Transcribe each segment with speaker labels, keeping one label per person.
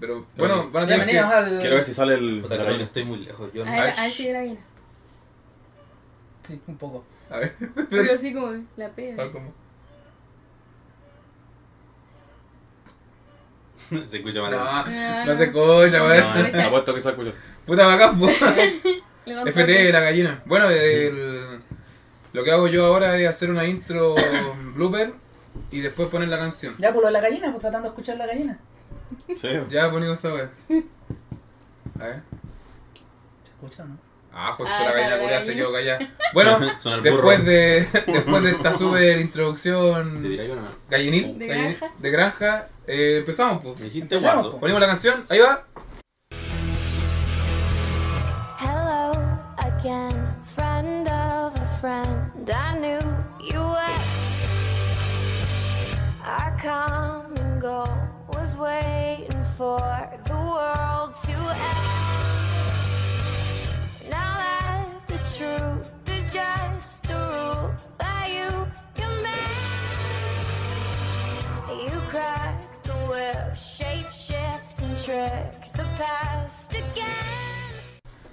Speaker 1: Pero bueno, van a tener que...
Speaker 2: Bienvenidos al.
Speaker 3: Quiero ver si sale el. la
Speaker 4: Puta, cabrón,
Speaker 3: gallina.
Speaker 4: estoy muy lejos. Yo
Speaker 5: A
Speaker 4: no.
Speaker 5: ver, a ver si era bien.
Speaker 2: Sí, un poco.
Speaker 1: A ver,
Speaker 5: Pero sí, como la pega.
Speaker 1: tal como...
Speaker 4: Se escucha mal.
Speaker 1: No,
Speaker 5: Ah,
Speaker 1: no se escucha, weón.
Speaker 3: No, eh, apuesto que se escucha.
Speaker 1: Puta bacán, po.
Speaker 5: Levanta
Speaker 1: FT de la gallina. Bueno, el- lo que hago yo ahora es hacer una intro blooper y después poner la canción.
Speaker 2: Ya, por lo de la gallina, pues tratando de escuchar la gallina.
Speaker 3: Sí.
Speaker 1: Ya ponemos esa weá. A ver.
Speaker 2: ¿Se escucha o no?
Speaker 1: Ah, justo
Speaker 5: Ah,
Speaker 1: la gallina
Speaker 5: la
Speaker 1: culiá se
Speaker 5: gallina.
Speaker 1: quedó callada. Bueno,
Speaker 4: Suena el burro.
Speaker 1: después de, después de esta super
Speaker 4: ¿Te
Speaker 1: introducción
Speaker 4: dirá yo no?
Speaker 1: gallinil,
Speaker 5: De
Speaker 1: gallin-
Speaker 5: granja.
Speaker 1: de granja, eh, empezamos pues.
Speaker 4: Me dijiste
Speaker 2: Empezamos,
Speaker 4: guaso.
Speaker 2: po.
Speaker 1: Ponemos la canción, ahí va.
Speaker 6: Hello again, friend of a friend. I knew you were. Our common goal was waiting for the world to end. Now that the truth is just a rule that you can make. You crack the whip, shape shift and trick the past again.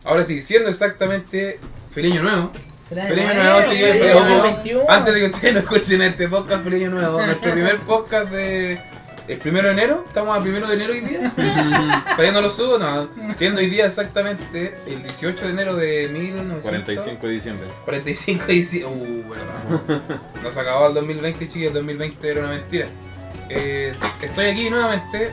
Speaker 1: Ahora sí, siendo exactamente feliz año nuevo. Feliz año nuevo,
Speaker 2: Nuevo,
Speaker 1: chicos.
Speaker 2: feliz
Speaker 1: Feliz año
Speaker 2: 2021.
Speaker 1: nuevo. Antes de que ustedes nos escuchen este podcast, feliz año nuevo. Nuestro primer podcast de. El primero de enero, estamos a primero de enero hoy día. Todavía no lo subo, no. Siendo hoy día exactamente el 18 de enero de 1945.
Speaker 3: 45 de diciembre.
Speaker 1: 45 y dieci- Uh, bueno, no. Nos acabó el 2020, chicos. El 2020 era una mentira. Eh, estoy aquí nuevamente.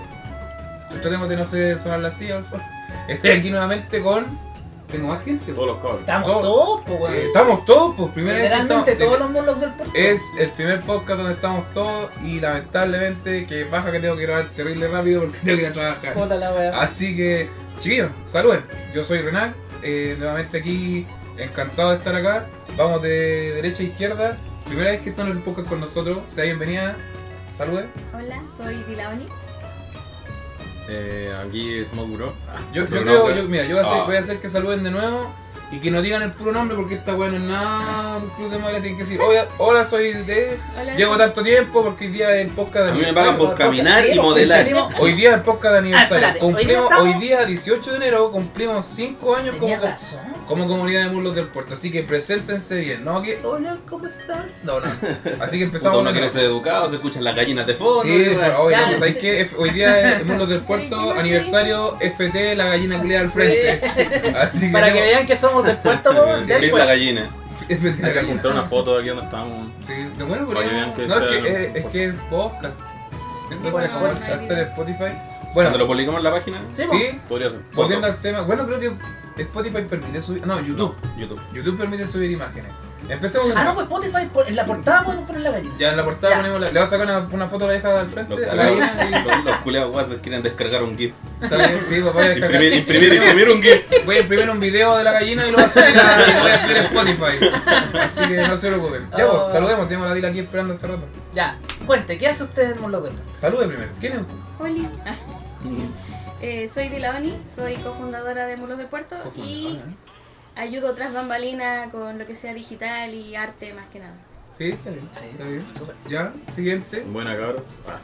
Speaker 1: Tratemos de no hacer sonar la silla, por favor. Estoy aquí nuevamente con. Tengo más gente.
Speaker 3: Todos los cabros.
Speaker 2: Estamos
Speaker 1: Todo.
Speaker 2: todos, pues,
Speaker 1: Eh,
Speaker 2: weón.
Speaker 1: estamos todos, pues primera vez que
Speaker 2: Literalmente
Speaker 1: estamos-
Speaker 2: todos los monos del pueblo.
Speaker 1: Es el primer podcast donde estamos todos y lamentablemente que baja que tengo que grabar terrible rápido porque tengo que ir a trabajar.
Speaker 2: Puta la weá.
Speaker 1: Así que, chiquillos, saluden. Yo soy Renal, eh, nuevamente aquí, encantado de estar acá. Vamos de derecha a izquierda. Primera vez que están en el podcast con nosotros, sea bienvenida. Salude.
Speaker 5: Hola, soy Dilaoni.
Speaker 3: Eh, aquí es Maduro.
Speaker 1: Yo, yo
Speaker 3: No,
Speaker 1: creo,
Speaker 3: no,
Speaker 1: yo- mira, yo voy a, hacer,
Speaker 3: Ah.
Speaker 1: voy a hacer que saluden de nuevo y que no digan el puro nombre porque esta weá no es nada. un Club de madre tienen que decir, "Hola- hola, soy de.
Speaker 5: Hola.
Speaker 1: Llevo tanto tiempo porque hoy día es el podcast de
Speaker 4: A mí me
Speaker 1: aniversario.
Speaker 4: pagan por caminar
Speaker 2: Sí,
Speaker 4: y
Speaker 2: pues,
Speaker 4: modelar.
Speaker 2: salimos-
Speaker 1: Hoy día es el podcast de aniversario.
Speaker 2: Ah, espérate,
Speaker 1: cumplimos,
Speaker 2: hoy día estamos-
Speaker 1: hoy día 18 de enero cumplimos 5 años como,
Speaker 2: Tenía razón.
Speaker 1: como comunidad de Murlos del Puerto. Así que preséntense bien, ¿no? Que-
Speaker 2: Hola, ¿cómo estás?
Speaker 1: no, no. Así que
Speaker 4: Puta,
Speaker 1: empezamos.
Speaker 4: uno quiere
Speaker 1: ¿no?
Speaker 4: ser educado, se escuchan las gallinas de fondo.
Speaker 1: Sí,
Speaker 4: y-
Speaker 1: pero obvio,
Speaker 2: Ya.
Speaker 1: no, ¿sabes qué? F- Hoy día es Murlos del Puerto,
Speaker 5: Oye,
Speaker 1: aniversario FT, la gallina culia al frente. Así que
Speaker 2: Para que
Speaker 1: tenemos-
Speaker 2: vean que somos del puerto, weón.
Speaker 4: Sí,
Speaker 2: del
Speaker 4: clip la
Speaker 2: puerto.
Speaker 4: gallina.
Speaker 1: FT, la
Speaker 3: Hay que
Speaker 1: gallina.
Speaker 3: juntar una foto de aquí donde estamos.
Speaker 1: Sí, de bueno,
Speaker 3: Para que vean que
Speaker 1: pero no, es
Speaker 3: sea-
Speaker 1: que es, es que es podcast. Entonces,
Speaker 2: Bueno,
Speaker 1: como
Speaker 2: bueno.
Speaker 1: hacer Spotify.
Speaker 4: Cuando lo
Speaker 1: Bueno,
Speaker 4: publicamos en la página,
Speaker 2: Sí, pues.
Speaker 1: sí,
Speaker 3: Podría ser. Foto.
Speaker 1: volviendo al tema. Bueno, creo que Spotify permite subir. No, YouTube.
Speaker 4: YouTube.
Speaker 1: YouTube permite subir imágenes. Empecemos de
Speaker 2: Ah, no,
Speaker 1: nuevo.
Speaker 2: pues Spotify, por- en la portada podemos poner la gallina.
Speaker 1: Ya en la portada
Speaker 2: Ya.
Speaker 1: ponemos la- le vas a sacar una, una foto a la vieja al frente,
Speaker 4: Los
Speaker 1: a la gallina
Speaker 4: culeados- Los culeados guasos quieren descargar un GIF.
Speaker 1: y está bien, sí, pues voy a descargar.
Speaker 4: Imprimir, imprimir, imprimir un GIF.
Speaker 1: Voy a imprimir un video de la gallina y lo voy a subir a, lo voy a, subir a Spotify. Así que no se preocupen. Ya, pues,
Speaker 2: Oh.
Speaker 1: saludemos, tenemos a la Dila aquí esperando hace rato.
Speaker 2: Ya, cuente, ¿qué hace usted en Mundo Cuento?
Speaker 1: Salude primero. ¿Quién es usted?
Speaker 5: Oli.
Speaker 1: Ah.
Speaker 5: Eh, soy Dilaoni, soy cofundadora de Muros del Puerto y ayudo tras bambalina con lo que sea digital y arte más que nada.
Speaker 1: Sí, está bien.
Speaker 2: Sí,
Speaker 1: Está bien.
Speaker 2: súper.
Speaker 1: Ya, siguiente.
Speaker 3: Buena cabros. Ah,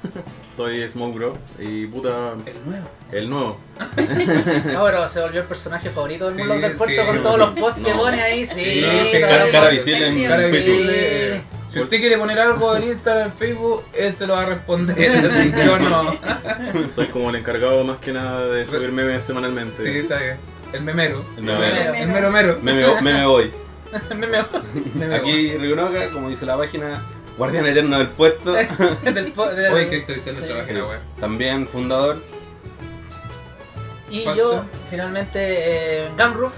Speaker 3: Soy Smoke Bro y puta
Speaker 1: El nuevo.
Speaker 3: el nuevo.
Speaker 2: No, pero se volvió el personaje favorito del
Speaker 1: Sí,
Speaker 2: Mundo del Puerto
Speaker 1: sí.
Speaker 2: con todos los posts que
Speaker 3: No.
Speaker 2: pone ahí, sí.
Speaker 1: Sí, sí,
Speaker 2: no,
Speaker 4: Cara,
Speaker 2: no,
Speaker 4: cara
Speaker 2: no.
Speaker 4: visible en
Speaker 1: Cara
Speaker 4: Facebook.
Speaker 1: visible. eh, Si usted quiere poner algo en Instagram, en Facebook, él se lo va a responder. Así que yo no.
Speaker 3: Soy como el encargado más que nada de subir memes semanalmente.
Speaker 1: Sí, está bien. El memero.
Speaker 4: El meme.
Speaker 1: El mero mero.
Speaker 4: Meme, meme voy.
Speaker 1: Memeo. Memeo.
Speaker 4: Aquí Rionoga, como dice la página, guardián eterno del puesto.
Speaker 2: Del po- del-
Speaker 1: Oye, que actualizar
Speaker 2: Sí.
Speaker 1: nuestra página web.
Speaker 4: También fundador.
Speaker 2: Y
Speaker 1: Falta.
Speaker 2: yo, finalmente, eh, Gumroof,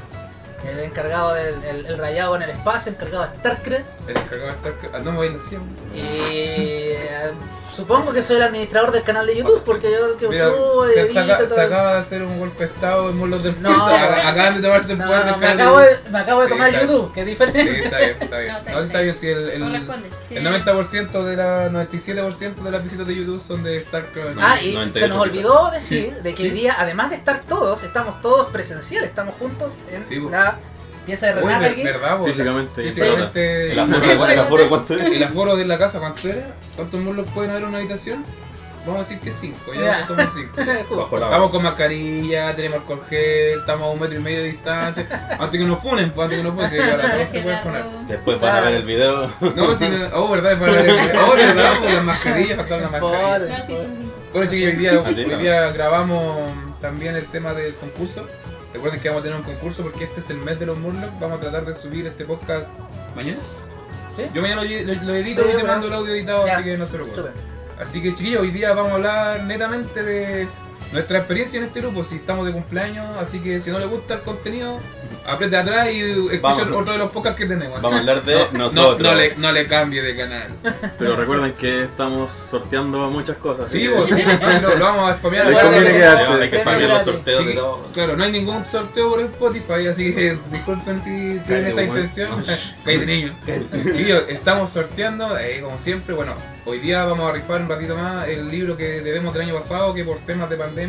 Speaker 2: el encargado del el, el rayado en el espacio, encargado de StarCraft.
Speaker 1: El encargado de estar. Ah, no me voy a decir.
Speaker 2: Y eh, supongo que soy el administrador del canal de YouTube, porque yo el que
Speaker 1: Mira,
Speaker 2: subo,
Speaker 1: se,
Speaker 2: edito,
Speaker 1: saca-
Speaker 2: todo.
Speaker 1: se acaba de hacer un golpe de estado en Mulos del
Speaker 2: No.
Speaker 1: Puerto. Ac- Acaban de tomarse el
Speaker 2: No,
Speaker 1: poder
Speaker 2: no,
Speaker 1: del
Speaker 2: me,
Speaker 1: canal.
Speaker 2: acabo de, me acabo de
Speaker 1: Sí,
Speaker 2: tomar
Speaker 1: está bien.
Speaker 2: YouTube, que es diferente.
Speaker 1: Sí, está bien, está bien.
Speaker 5: No, está
Speaker 1: No,
Speaker 5: bien,
Speaker 1: está bien si el. el...
Speaker 5: Corresponde. sí.
Speaker 1: El 90% de la 97% de las visitas de YouTube son de StarCraft.
Speaker 2: Ah, y
Speaker 4: 98
Speaker 2: se nos
Speaker 4: quizás.
Speaker 2: olvidó decir de que hoy día, además de estar todos, estamos todos presenciales, estamos juntos en
Speaker 1: Sí, vos.
Speaker 2: la pieza de
Speaker 1: Uy,
Speaker 2: Renata
Speaker 1: ver-
Speaker 2: aquí.
Speaker 1: ¿verdad? vos?
Speaker 3: Físicamente.
Speaker 1: Físicamente.
Speaker 4: El aforo, el aforo cuánto es.
Speaker 1: El aforo de la casa, ¿cuánto era? ¿Cuántos mulos pueden haber en una habitación? Vamos a decir que 5, ya
Speaker 2: Ya.
Speaker 1: somos 5.
Speaker 4: Bajo la
Speaker 1: Estamos con mascarilla, tenemos alcohol gel, estamos a un metro y medio de distancia. Antes que nos funen, pues, antes que nos funen, si ahora no se
Speaker 5: Gracias,
Speaker 1: puede funar.
Speaker 5: Garro.
Speaker 4: Después van a ver el video.
Speaker 1: No, si no, oh, verdad, es para oh, verdad, pues, las mascarillas, faltan las mascarillas.
Speaker 5: No, sí, son cinco.
Speaker 1: Bueno chicos, hoy
Speaker 2: Ah,
Speaker 1: día,
Speaker 4: Así
Speaker 1: hoy
Speaker 4: no.
Speaker 1: día grabamos también el tema del concurso. Recuerden que vamos a tener un concurso porque este es el mes de los Murlocs. Vamos a tratar de subir este podcast mañana.
Speaker 2: ¿Sí?
Speaker 1: Yo mañana lo, lo- lo edito
Speaker 2: Sí,
Speaker 1: y te
Speaker 2: bueno.
Speaker 1: mando el audio editado,
Speaker 2: Ya.
Speaker 1: así que no se lo
Speaker 2: Súper.
Speaker 1: Así que chiquillos, hoy día vamos a hablar netamente de nuestra experiencia en este grupo, si estamos de cumpleaños, así que si no les gusta el contenido, apriete atrás y escuchen
Speaker 4: Vamos.
Speaker 1: otro de los podcasts que tenemos.
Speaker 4: Vamos a hablar de
Speaker 1: no,
Speaker 4: nosotros.
Speaker 1: no, le, no le cambie de canal.
Speaker 3: Pero recuerden que estamos sorteando muchas cosas. así
Speaker 1: Sí,
Speaker 3: que-
Speaker 1: vos, lo, lo vamos a spamear.
Speaker 3: Les
Speaker 1: Bueno,
Speaker 3: conviene
Speaker 1: pero-
Speaker 3: quedarse.
Speaker 4: Hay que cambiar los sorteos de
Speaker 1: Chiqui-
Speaker 4: todo.
Speaker 1: Claro, no hay ningún sorteo por Spotify, así que disculpen si tienen
Speaker 3: Cállate,
Speaker 1: esa
Speaker 3: weón.
Speaker 1: intención. Cállate, niño. Chiquillos, estamos sorteando, eh, como siempre, bueno, hoy día vamos a rifar un ratito más el libro que debemos del año pasado, que por temas de pandemia,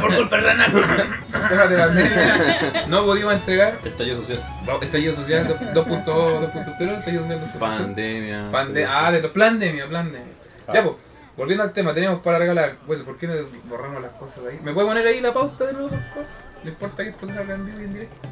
Speaker 2: Por culpa de la nata.
Speaker 1: por temas de pandemia, no pudimos entregar.
Speaker 4: Estallido social.
Speaker 1: Estallido social 2.0, 2.0, estallido social 2.0.
Speaker 3: Pandemia.
Speaker 1: Pande- ah, de los pandemia, pandemia.
Speaker 4: Ah.
Speaker 1: Ya, pues, volviendo al tema, tenemos para regalar. Bueno, ¿por qué no borramos las cosas de ahí? ¿Me puede poner ahí la pauta de nuevo, por favor? No importa que esto salga en vivo y en directo.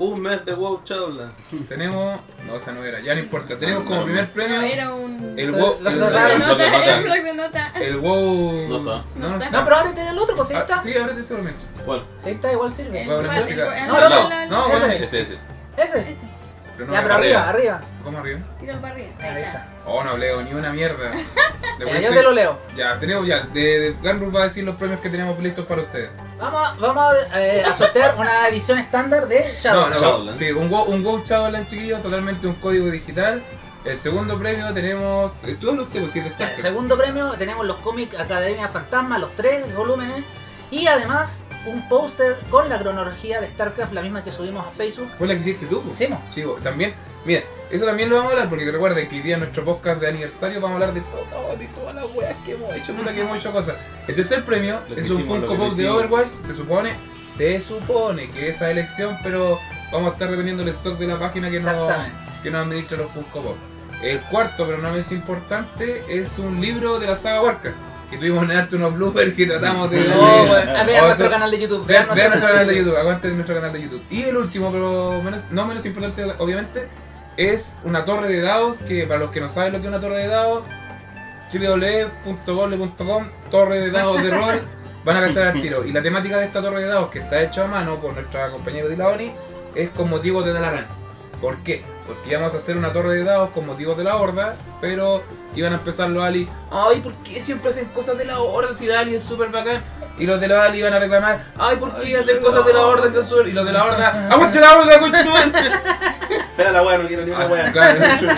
Speaker 4: Un mes de wow chaula.
Speaker 1: Tenemos. No, esa no era, ya no importa. Tenemos como
Speaker 4: Mm. No,
Speaker 1: primer
Speaker 5: No,
Speaker 1: premio
Speaker 5: era un.
Speaker 1: el
Speaker 2: So-
Speaker 1: wow.
Speaker 2: la
Speaker 1: el-
Speaker 2: cerrada.
Speaker 5: bloque
Speaker 4: bloque de
Speaker 5: de nota,
Speaker 4: nota.
Speaker 5: el bloque de nota.
Speaker 1: El wow.
Speaker 3: No está.
Speaker 1: No, no está.
Speaker 2: No, pero ahorita el otro, pues si ahí
Speaker 1: Ah,
Speaker 2: está.
Speaker 1: sí, ábrete seguramente.
Speaker 3: ¿Cuál?
Speaker 2: Si ahí está, igual sirve.
Speaker 5: El
Speaker 1: Voy a poner
Speaker 5: cual-
Speaker 1: música.
Speaker 5: el-
Speaker 2: No,
Speaker 5: el-
Speaker 2: no,
Speaker 5: el-
Speaker 1: no,
Speaker 5: el-
Speaker 2: ese.
Speaker 4: Ese, ese.
Speaker 2: Ese.
Speaker 5: Ese.
Speaker 1: Pero no
Speaker 2: Ya, pero
Speaker 1: me-
Speaker 2: arriba, arriba.
Speaker 1: ¿Cómo arriba?
Speaker 5: Tiro para arriba.
Speaker 2: Ahí
Speaker 5: está.
Speaker 2: está.
Speaker 1: Oh, no leo ni una mierda. Le voy a
Speaker 2: Mira, yo
Speaker 1: decir-
Speaker 2: te lo leo.
Speaker 1: Ya, tenemos ya. De, de Gunroof va a decir los premios que tenemos listos para ustedes.
Speaker 2: Vamos, a- vamos a, eh, a sortear una edición estándar de
Speaker 1: No,
Speaker 2: Shadow.
Speaker 1: no,
Speaker 4: Shadowland.
Speaker 1: sí, un wow, un wow Shadowland, chiquillos, totalmente un código digital. El segundo premio tenemos. eh, Tú hablas usted, pues si
Speaker 2: Ya, el segundo premio tenemos los cómics Academia Fantasma, los tres volúmenes. Y además un póster con la cronología de StarCraft, la misma que subimos a Facebook.
Speaker 1: Fue la que hiciste tú. pues.
Speaker 2: Hicimos.
Speaker 1: Sí, pues, también. Mira, eso también lo vamos a hablar, porque recuerden que hoy día en nuestro podcast de aniversario vamos a hablar de todo, de todas las weas que hemos hecho, puta que hemos hecho cosas. El tercer premio
Speaker 4: Lo que
Speaker 1: es un
Speaker 4: hicimos, lo
Speaker 1: Funko
Speaker 4: que
Speaker 1: Pop de
Speaker 4: hicimos.
Speaker 1: Overwatch, se supone, se supone que esa elección, pero vamos a estar dependiendo del stock de la página que nos,
Speaker 2: Exactamente.
Speaker 1: que nos administra los Funko Pop. El cuarto, pero no menos importante, es un libro de la saga Warcraft. Que tuvimos en arte unos bloopers que tratamos de...
Speaker 2: No, bueno, a ver
Speaker 1: Otro-
Speaker 2: nuestro canal de YouTube.
Speaker 1: Vean, vean
Speaker 2: nuestro
Speaker 1: nuestro canal de YouTube, aguanten nuestro canal de YouTube. Y el último, pero menos, no menos importante, obviamente, es una torre de dados, que para los que no saben lo que es una torre de dados, www.gole.com, torre de dados de rol, van a cachar al tiro. Y la temática de esta torre de dados, que está hecha a mano por nuestra compañera Dilaoni, es con motivos de Dalaran. ¿Por qué? Porque íbamos a hacer una torre de dados con motivos de la horda, pero iban a empezar los Ali. Ay, ¿por qué siempre hacen cosas de la horda si la Ali es súper bacán? Y los de la Ali iban a reclamar. Ay, ¿por qué
Speaker 4: Ay,
Speaker 1: hacen
Speaker 4: no.
Speaker 1: cosas de la horda si es súper-?" Y los de la horda. ¡Aguante la horda, cochón!
Speaker 4: Espera la wea, no quiero ni
Speaker 1: Ah,
Speaker 4: una wea.
Speaker 1: claro.
Speaker 3: Que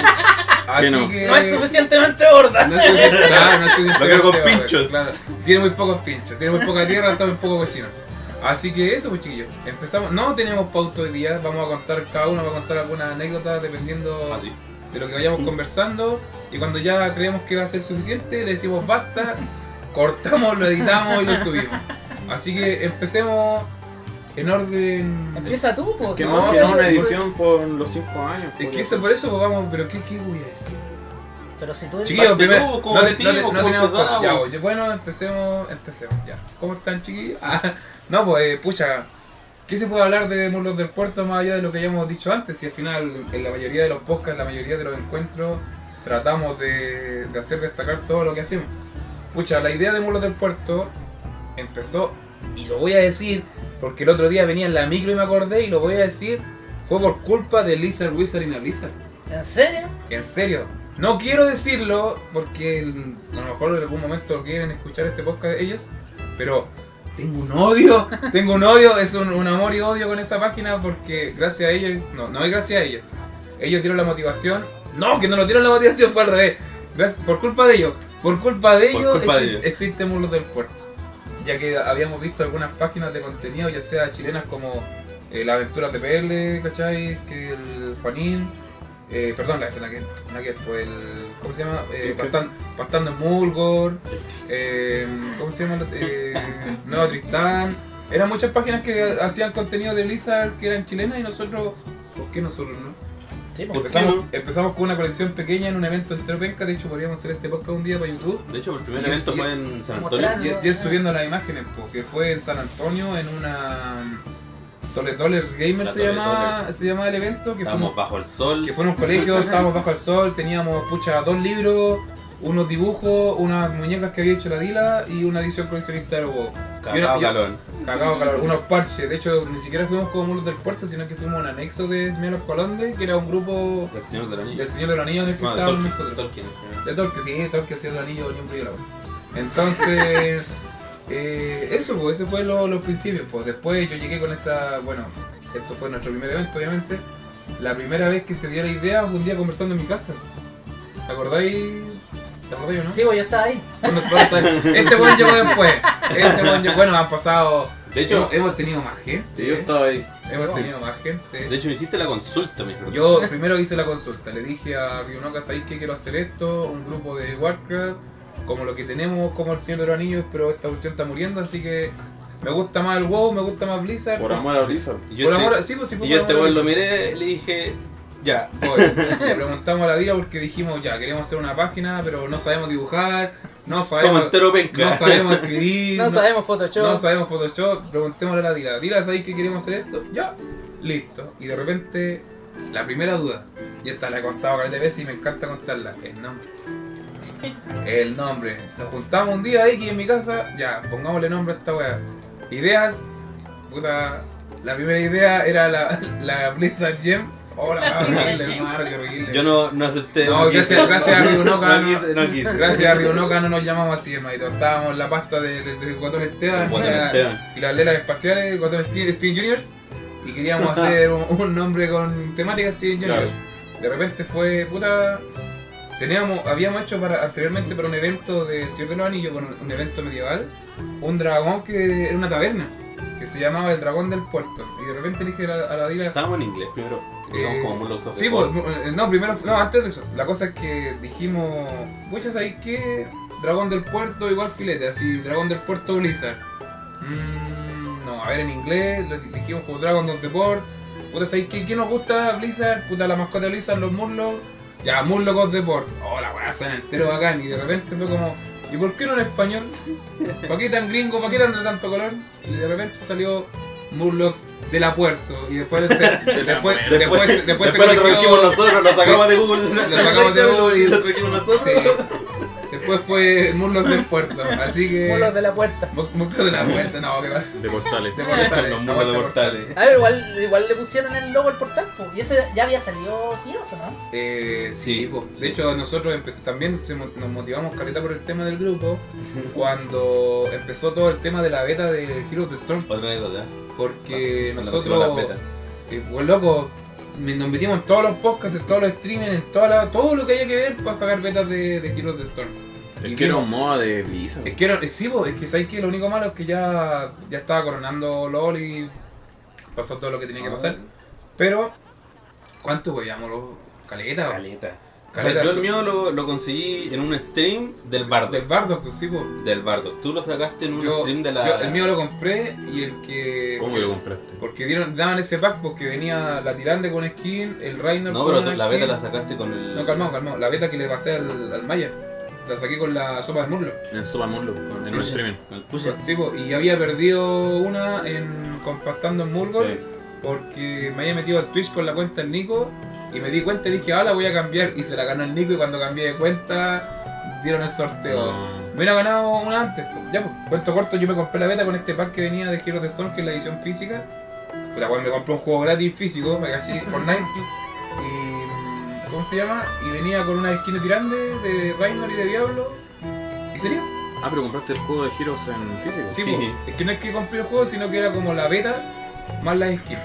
Speaker 1: Así
Speaker 3: no.
Speaker 1: que.
Speaker 2: No es suficientemente gorda.
Speaker 1: No es suficiente. Claro, no es suficiente.
Speaker 4: Lo quiero con
Speaker 1: Claro,
Speaker 4: pinchos.
Speaker 1: claro. Tiene muy pocos pinchos. Tiene muy poca tierra, está muy poco cochino. Así que eso, pues chiquillos. Empezamos. No tenemos pauta hoy día. Vamos a contar, cada uno va a contar alguna anécdota dependiendo
Speaker 4: Así.
Speaker 1: de lo que vayamos conversando. Y cuando ya creemos que va a ser suficiente, le decimos basta, cortamos, lo editamos y lo subimos. Así que empecemos en orden.
Speaker 2: Empieza tú, pues.
Speaker 3: Que
Speaker 1: No,
Speaker 3: más que
Speaker 1: no,
Speaker 3: una
Speaker 1: no,
Speaker 3: edición por los 5 años.
Speaker 1: Es
Speaker 3: por
Speaker 1: que
Speaker 3: eso.
Speaker 1: eso por eso pues, vamos, pero ¿qué, qué voy a decir?
Speaker 2: Pero si tú eres.
Speaker 1: Chiquillos,
Speaker 4: Parte
Speaker 1: primero,
Speaker 4: tú,
Speaker 1: no,
Speaker 4: ¿cómo
Speaker 1: te-
Speaker 4: partimos?
Speaker 1: no te- no
Speaker 4: ¿Cómo
Speaker 1: tenemos
Speaker 4: empezamos?
Speaker 1: pauta. Ya, oye, bueno, empecemos, empecemos, ya. ¿Cómo están, chiquillos? Ah, no, pues, eh, pucha, ¿qué se puede hablar de Murlos del Puerto más allá de lo que ya hemos dicho antes? Si al final, en la mayoría de los podcasts, la mayoría de los encuentros, tratamos de, de hacer destacar todo lo que hacemos. Pucha, la idea de Murlos del Puerto empezó, y lo voy a decir, porque el otro día venía en la micro y me acordé, y lo voy a decir, fue por culpa de Lizard Wizard y Lizard.
Speaker 2: ¿En serio?
Speaker 1: En serio. No quiero decirlo porque el- a lo mejor en algún momento quieren escuchar este podcast de ellos, pero tengo un odio, tengo un odio, es un, un amor y odio con esa página porque gracias a ellos, no, no es gracias a ellos, ellos dieron la motivación, no, que no lo dieron la motivación, fue al revés, Gracias- por culpa de ellos, por culpa de
Speaker 4: Por
Speaker 1: ellos,
Speaker 4: culpa de
Speaker 1: exi-
Speaker 4: ellos.
Speaker 1: existe Murlos del Puerto, ya que habíamos visto algunas páginas de contenido, ya sea chilenas como eh, La Aventura TPL, ¿cachai? Que el Juanín, eh, perdón, la esta, la que, la que fue pues, el. ¿Cómo se llama? Eh,
Speaker 3: ¿Qué, qué?
Speaker 1: Bastan- Bastando en Mulgore. eh, ¿Cómo se llama? Eh, Nueva Tristán. Eran muchas páginas que hacían contenido de Lisa que eran chilenas y nosotros. ¿Por qué nosotros no?
Speaker 2: Sí, po.
Speaker 1: Empezamos,
Speaker 4: no?
Speaker 1: empezamos con una colección pequeña en un evento entero penca. De hecho, podríamos hacer este podcast un día para YouTube.
Speaker 4: De hecho, el primer
Speaker 1: Y es-
Speaker 4: evento
Speaker 1: y-
Speaker 4: fue en San
Speaker 2: mostrar-
Speaker 4: Antonio.
Speaker 1: Y ayer subiendo las imágenes, porque fue en San Antonio en una. Tole Tolers Gamer
Speaker 4: La
Speaker 1: se
Speaker 4: Tole
Speaker 1: llama, se llama el evento. Que fuimos
Speaker 4: Estábamos bajo el sol.
Speaker 1: que fue en un colegio, estábamos bajo el sol, teníamos pucha dos libros, unos dibujos, unas muñecas que había hecho la Dila y una edición coleccionista de WoW. Mira, yo-
Speaker 4: Cagado galón.
Speaker 1: Cagado,
Speaker 4: Mm.
Speaker 1: claro, unos parches. De hecho, ni siquiera fuimos como mulos del puerto, sino que fuimos a un anexo de Smielos Colonde, que era un grupo
Speaker 4: El señor de la niña.
Speaker 1: del Señor de los Anillos en el que
Speaker 4: Bueno, de
Speaker 1: estábamos
Speaker 4: Tolkien.
Speaker 1: nosotros.
Speaker 4: Tolkien, en general.
Speaker 1: De Torque, sí, Torque hacía el anillo ni un brillo la wea. Entonces, eh, eso, pues, ese fue lo- los principios. Pues. Después yo llegué con esa. Bueno, esto fue nuestro primer evento, obviamente. La primera vez que se dio la idea fue un día conversando en mi casa. ¿Te acordáis? ¿Te acordáis o no?
Speaker 2: Sí, pues yo estaba ahí.
Speaker 1: Bueno, bueno, está- este buen llegó después. Este buen llegó. Bueno, han pasado.
Speaker 4: De hecho,
Speaker 1: hemos, hemos tenido más gente.
Speaker 3: Sí, yo estaba ahí.
Speaker 1: Hemos tenido más gente.
Speaker 4: de hecho, me hiciste la consulta, me dijeron.
Speaker 1: Yo primero hice la consulta, le dije a Ryunoka, ¿sabéis que quiero hacer esto? Un grupo de Warcraft, como lo que tenemos, como el Señor de los Anillos, pero esta cuestión está muriendo, así que me gusta más el WoW, me gusta más Blizzard.
Speaker 3: Por amor a Blizzard.
Speaker 4: Y
Speaker 1: Por
Speaker 4: yo este-
Speaker 1: amor a- sí, pues si fue
Speaker 4: Y yo a
Speaker 1: por
Speaker 4: este
Speaker 1: amor a
Speaker 4: weón lo miré, le dije, ya.
Speaker 1: Blizzard. Oye, Le preguntamos a la vida porque dijimos, ya, queremos hacer una página, pero no sabemos dibujar, no
Speaker 4: Somos
Speaker 1: sabemos,
Speaker 4: entero penca.
Speaker 1: no sabemos escribir,
Speaker 2: No sabemos Photoshop.
Speaker 1: no sabemos Photoshop, preguntémosle a la Dila. Dila, ¿sabéis que queremos hacer esto? Ya, listo. Y de repente, la primera duda, y esta la he contado varias veces y me encanta contarla, el nombre. El nombre. Nos juntamos un día X en mi casa, ya, pongámosle nombre a esta weá. Ideas, puta, la primera idea era la, la Blizzard Gem. Hola,
Speaker 5: La Blizzard
Speaker 1: horrible,
Speaker 5: Gem.
Speaker 1: hermano, qué horrible.
Speaker 4: Yo no, no acepté.
Speaker 1: No, gracias-
Speaker 4: quise.
Speaker 1: gracias a Ryunoka,
Speaker 4: No
Speaker 1: no.
Speaker 4: quise, no quise.
Speaker 1: Gracias a Rionoca no nos llamamos así, hermanito. Estábamos en la pasta de, de, de Guatón Esteban,
Speaker 4: Guatón
Speaker 1: la-
Speaker 4: Esteban.
Speaker 1: y las lelas espaciales, Guatón Steven, Steven Juniors. Y queríamos hacer un, un nombre con temática Steven
Speaker 3: Claro.
Speaker 1: Juniors. De repente fue, puta. Teníamos, habíamos hecho para, anteriormente para un evento de Señor de los Anillos, con un evento medieval, un dragón que era una taberna, que se llamaba el Dragón del Puerto. Y de repente le dije a la, a la Dila,
Speaker 4: Estábamos en inglés primero. Estábamos
Speaker 1: eh,
Speaker 4: como mulos
Speaker 1: Sí, pues, eh, no, primero, no, antes de eso. La cosa es que dijimos, muchas ahí que Dragón del Puerto igual filete, así, Dragón del Puerto Blizzard. Mm, no, a ver, en inglés lo di- dijimos como Dragon of the Port. Puta, ¿sabes qué? ¿Qué nos gusta Blizzard? Puta, la mascota de Blizzard, los Murlocs. Ya, Murlocs of the Port. Oh, la weá suena entero bacán. Y de repente fue como, ¿y por qué no en español? ¿Para qué tan gringo? ¿Para qué tan de tanto color? Y de repente salió Murlocs de la Puerto. Y después, se- después, después, después, se-
Speaker 4: Después,
Speaker 1: después se
Speaker 4: lo
Speaker 1: corrigió-
Speaker 4: trajimos nosotros, lo sacamos de Google.
Speaker 1: Lo sacamos de Google y-
Speaker 4: y lo trajimos nosotros.
Speaker 1: Sí. Después fue Murlocs del Puerto. Así que.
Speaker 2: Mulos de la puerta.
Speaker 1: Mu- Murlocs de la Puerta, no, que va.
Speaker 3: De portales.
Speaker 1: De portales.
Speaker 4: Eh, Los
Speaker 1: no,
Speaker 4: muros de
Speaker 1: de
Speaker 4: portales.
Speaker 2: A ver, igual, igual le pusieron el logo al portal, pues. Y ese ya había salido Giros, ¿o ¿no?
Speaker 1: Eh, sí,
Speaker 4: Sí,
Speaker 1: po.
Speaker 4: sí.
Speaker 1: de hecho nosotros empe- también se mo- nos motivamos careta por el tema del grupo cuando empezó todo el tema de la beta de Heroes of the Storm
Speaker 4: Otra anécdota.
Speaker 1: porque
Speaker 4: Ah, Cuando
Speaker 1: nosotros
Speaker 4: pusimos las betas.
Speaker 1: eh, pues, loco me- nos metimos en todos los podcasts, en todos los streamings, en toda la- todo lo que haya que ver para sacar betas de, de Heroes of the Storm.
Speaker 3: Es que era un moda de Blizzard.
Speaker 1: Es que era, es, sí, po, es que sabes que lo único malo es que ya, ya estaba coronando LOL y pasó todo lo que
Speaker 4: Ah.
Speaker 1: tenía que pasar. Pero, ¿cuánto veíamos? Ah, Caleta, po.
Speaker 4: Caleta. O sea,
Speaker 1: Caleta,
Speaker 4: yo el
Speaker 1: tú-
Speaker 4: mío lo, lo conseguí en un stream del Bardo.
Speaker 1: Del bardo, pues sí, po.
Speaker 4: Del Bardo. Tú lo sacaste en un
Speaker 1: Yo,
Speaker 4: stream de la.
Speaker 1: yo el mío lo compré y el que.
Speaker 3: ¿Cómo lo compraste?
Speaker 1: Porque dieron, daban ese pack porque venía la tirande con skin, el Reiner
Speaker 4: No,
Speaker 1: con
Speaker 4: pero
Speaker 1: una
Speaker 4: tú- la beta
Speaker 1: skin.
Speaker 4: la sacaste con el.
Speaker 1: No, calmado, calmado. La beta que le pasé al, al Maya. La saqué con la sopa de muslo.
Speaker 3: En Sopa Murlo, en un
Speaker 4: Sí.
Speaker 3: streaming.
Speaker 4: Con el Pusher.
Speaker 1: Sí, po, y había perdido una en compactando en Murgol
Speaker 4: Sí.
Speaker 1: porque me había metido al Twitch con la cuenta del Nico y me di cuenta y dije, ah, la voy a cambiar. Y se la ganó el Nico y cuando cambié de cuenta dieron el sorteo.
Speaker 3: Ah,
Speaker 1: Me hubiera ganado una antes. pues. Ya, pues, cuento corto, yo me compré la beta con este pack que venía de Heroes of the Storm, que es la edición física. Por la cual me compré un juego gratis físico, me caché Fortnite. Y. mm, ¿Cómo se llama? Y venía con una skin de tirande de Reinhardt y de Diablo. ¿Y sería?
Speaker 3: Ah, pero compraste el juego de Heroes en físico.
Speaker 1: Sí,
Speaker 4: Sí.
Speaker 1: pues. Es que no es que compré el juego, sino que era como la beta más las skins.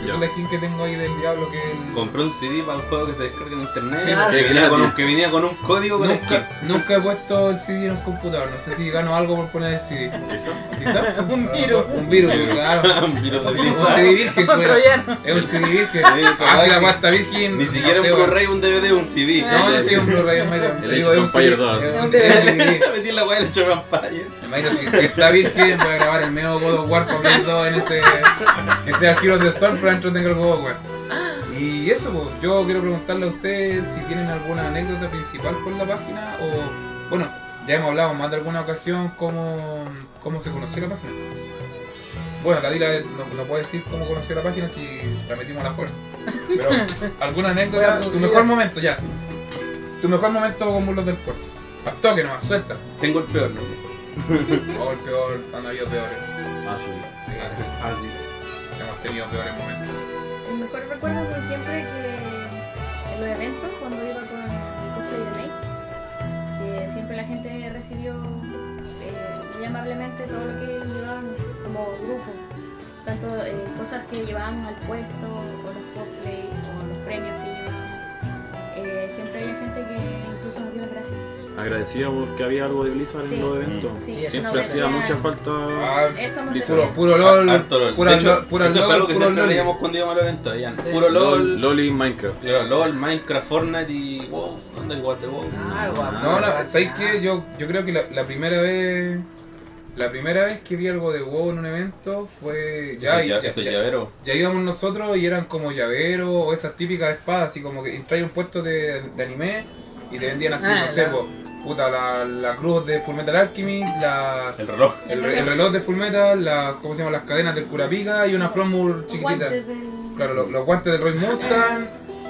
Speaker 1: Que
Speaker 3: Ya.
Speaker 1: son las skins que tengo ahí del Diablo que. el-
Speaker 4: Compré un CD para un juego que se descarga en internet.
Speaker 2: Sí,
Speaker 4: que,
Speaker 2: porque
Speaker 4: venía con
Speaker 3: gratis.
Speaker 4: un, que venía con un código con skin.
Speaker 1: Nunca, nunca he puesto el CD en un computador, no sé si gano algo por poner el CD.
Speaker 3: ¿Eso?
Speaker 1: Quizás
Speaker 2: Un virus.
Speaker 1: Un virus, claro.
Speaker 4: Un virus de
Speaker 1: Un
Speaker 4: Blizzard.
Speaker 1: CD virgen,
Speaker 2: Un
Speaker 1: culiao.
Speaker 2: troyano.
Speaker 1: Es un CD virgen.
Speaker 4: Sí,
Speaker 1: Ah,
Speaker 4: capaz
Speaker 1: si la
Speaker 4: que-
Speaker 1: pasta virgen.
Speaker 4: Ni siquiera
Speaker 1: no sé,
Speaker 4: un Blu-ray, un DVD, un CD.
Speaker 1: No, no sí, un Blu-ray es medio-
Speaker 3: El
Speaker 1: digo,
Speaker 3: Age of
Speaker 1: es un CD,
Speaker 3: Empires dos.
Speaker 1: es un- es un CD.
Speaker 4: Metí la weá del Age of Empires.
Speaker 1: Imagino, si, si está virgen, voy a grabar el medio God of War con Play 2 en ese. Que sea el Heroes of the Storm, pero adentro tengo el God of War. Y Y eso, pues, yo quiero preguntarle a ustedes si tienen alguna anécdota principal con la página o, bueno, ya hemos hablado más de alguna ocasión cómo, cómo se conoció la página. Bueno, la Dila no, no puede decir cómo conoció la página si la metimos a la fuerza. Pero, ¿alguna anécdota?
Speaker 2: Fue
Speaker 1: tu
Speaker 2: abducida.
Speaker 1: mejor momento, ya. Tu mejor momento con Burlos del Puerto. Al toque nomás, suelta.
Speaker 4: Tengo el peor, ¿no?
Speaker 1: O el peor, han habido peores.
Speaker 3: Ah, sí.
Speaker 1: Sí,
Speaker 4: Ah, sí.
Speaker 1: hemos tenido peores momentos.
Speaker 5: El mejor recuerdo fue siempre que en los eventos, cuando iba con Cosplay de Mage, que siempre la gente recibió eh, muy amablemente todo lo que llevábamos como grupo. Tanto eh, cosas que llevábamos al puesto, o los cosplays, o los premios que llevábamos. Eh, siempre había gente que incluso nos dio las gracias.
Speaker 3: Agradecida porque había algo de Blizzard
Speaker 5: Sí.
Speaker 3: en los eventos.
Speaker 5: Sí,
Speaker 2: Sí, es
Speaker 3: Siempre
Speaker 5: una
Speaker 3: hacía
Speaker 5: buena-
Speaker 3: mucha falta.
Speaker 1: Ah,
Speaker 5: Eso nos
Speaker 3: Blizzard.
Speaker 1: puro,
Speaker 5: decía.
Speaker 1: puro LOL.
Speaker 4: Ah, Harto LOL.
Speaker 1: Pura
Speaker 4: de hecho,
Speaker 1: LOL. Pura
Speaker 4: eso
Speaker 1: LOL.
Speaker 4: fue algo que
Speaker 1: pura
Speaker 4: siempre
Speaker 1: LOL.
Speaker 4: veíamos cuando íbamos a los eventos. ya.
Speaker 2: Sí.
Speaker 4: Puro
Speaker 3: LOL,
Speaker 4: LOL,
Speaker 3: LOL y Minecraft.
Speaker 4: claro, LOL, Minecraft, Fortnite y wow. ¿Dónde igual de wow?
Speaker 2: Ah, guapo.
Speaker 1: No, no, ¿sabes qué? Yo, yo creo que la, la primera vez. La primera vez que vi algo de WoW en un evento fue. Ya,
Speaker 4: Esos
Speaker 1: y-
Speaker 4: lla-
Speaker 1: ya,
Speaker 4: esos
Speaker 1: ya-
Speaker 4: llaveros.
Speaker 1: ya íbamos nosotros y eran como llaveros o esas típicas espadas, así como que entráis a un puesto de, de anime y te vendían así,
Speaker 2: Ah,
Speaker 1: no sé,
Speaker 2: la-
Speaker 1: po, puta, la, la cruz de Fullmetal Alchemist, la.
Speaker 4: El reloj.
Speaker 1: El, re- el reloj de Fullmetal, la, ¿cómo se llama? Las cadenas del Curapica y una Flomur
Speaker 5: Los
Speaker 1: chiquitita.
Speaker 5: guantes del-
Speaker 1: Claro, lo- los, guantes del Roy Mustang,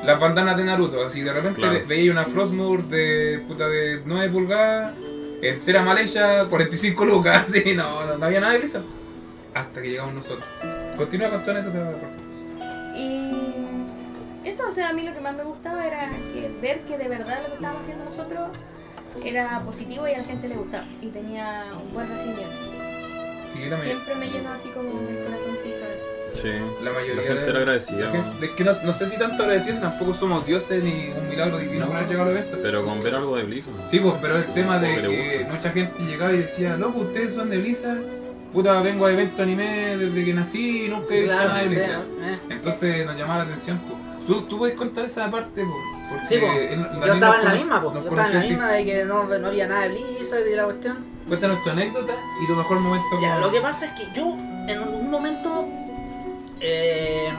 Speaker 1: las bandanas de Naruto. Así de repente
Speaker 3: Claro.
Speaker 1: ve- veía una Frostmour de puta de 9 pulgadas, entera mal hecha, 45 lucas. Así, no, no, no había nada de Blizzard. Hasta que llegamos nosotros. Continúa con tu anécdota, por favor.
Speaker 5: Y eso, o sea, a mí lo que más me gustaba era que ver que de verdad lo que estábamos haciendo nosotros era positivo y a la gente le gustaba. Y tenía un buen recibimiento.
Speaker 1: Sí, la, ma-
Speaker 5: Siempre me llenó así como el corazoncito. así.
Speaker 3: Sí.
Speaker 1: la mayoría.
Speaker 3: La gente
Speaker 1: de-
Speaker 3: era
Speaker 1: la
Speaker 3: agradecida.
Speaker 1: gente- es que no, no sé si tanto agradecidos, tampoco somos dioses ni un milagro divino para llegar a los eventos.
Speaker 3: Pero con ver algo de Blizzard.
Speaker 1: Sí, pues, pero el tema de
Speaker 3: Como que le
Speaker 1: que mucha gente llegaba y decía, loco, ustedes son de Blizzard, puta, vengo a evento anime desde que nací y nunca he visto nada de
Speaker 2: Claro, sí,
Speaker 1: Blizzard.
Speaker 2: eh.
Speaker 1: Entonces nos llamaba la atención, pues. ¿Tú, tú puedes contar esa parte, po? porque
Speaker 2: Sí, po.
Speaker 1: él- Daniel
Speaker 2: Yo
Speaker 1: nos
Speaker 2: estaba en la
Speaker 1: cono-
Speaker 2: misma, pues.
Speaker 1: nos
Speaker 2: Yo estaba en
Speaker 1: conoció
Speaker 2: la
Speaker 1: así.
Speaker 2: misma de que no, no había nada de Blizzard y la cuestión.
Speaker 1: Cuéntanos tu anécdota y tu mejor momento.
Speaker 2: Ya,
Speaker 1: con-
Speaker 2: lo que pasa es que yo en algún momento, eh,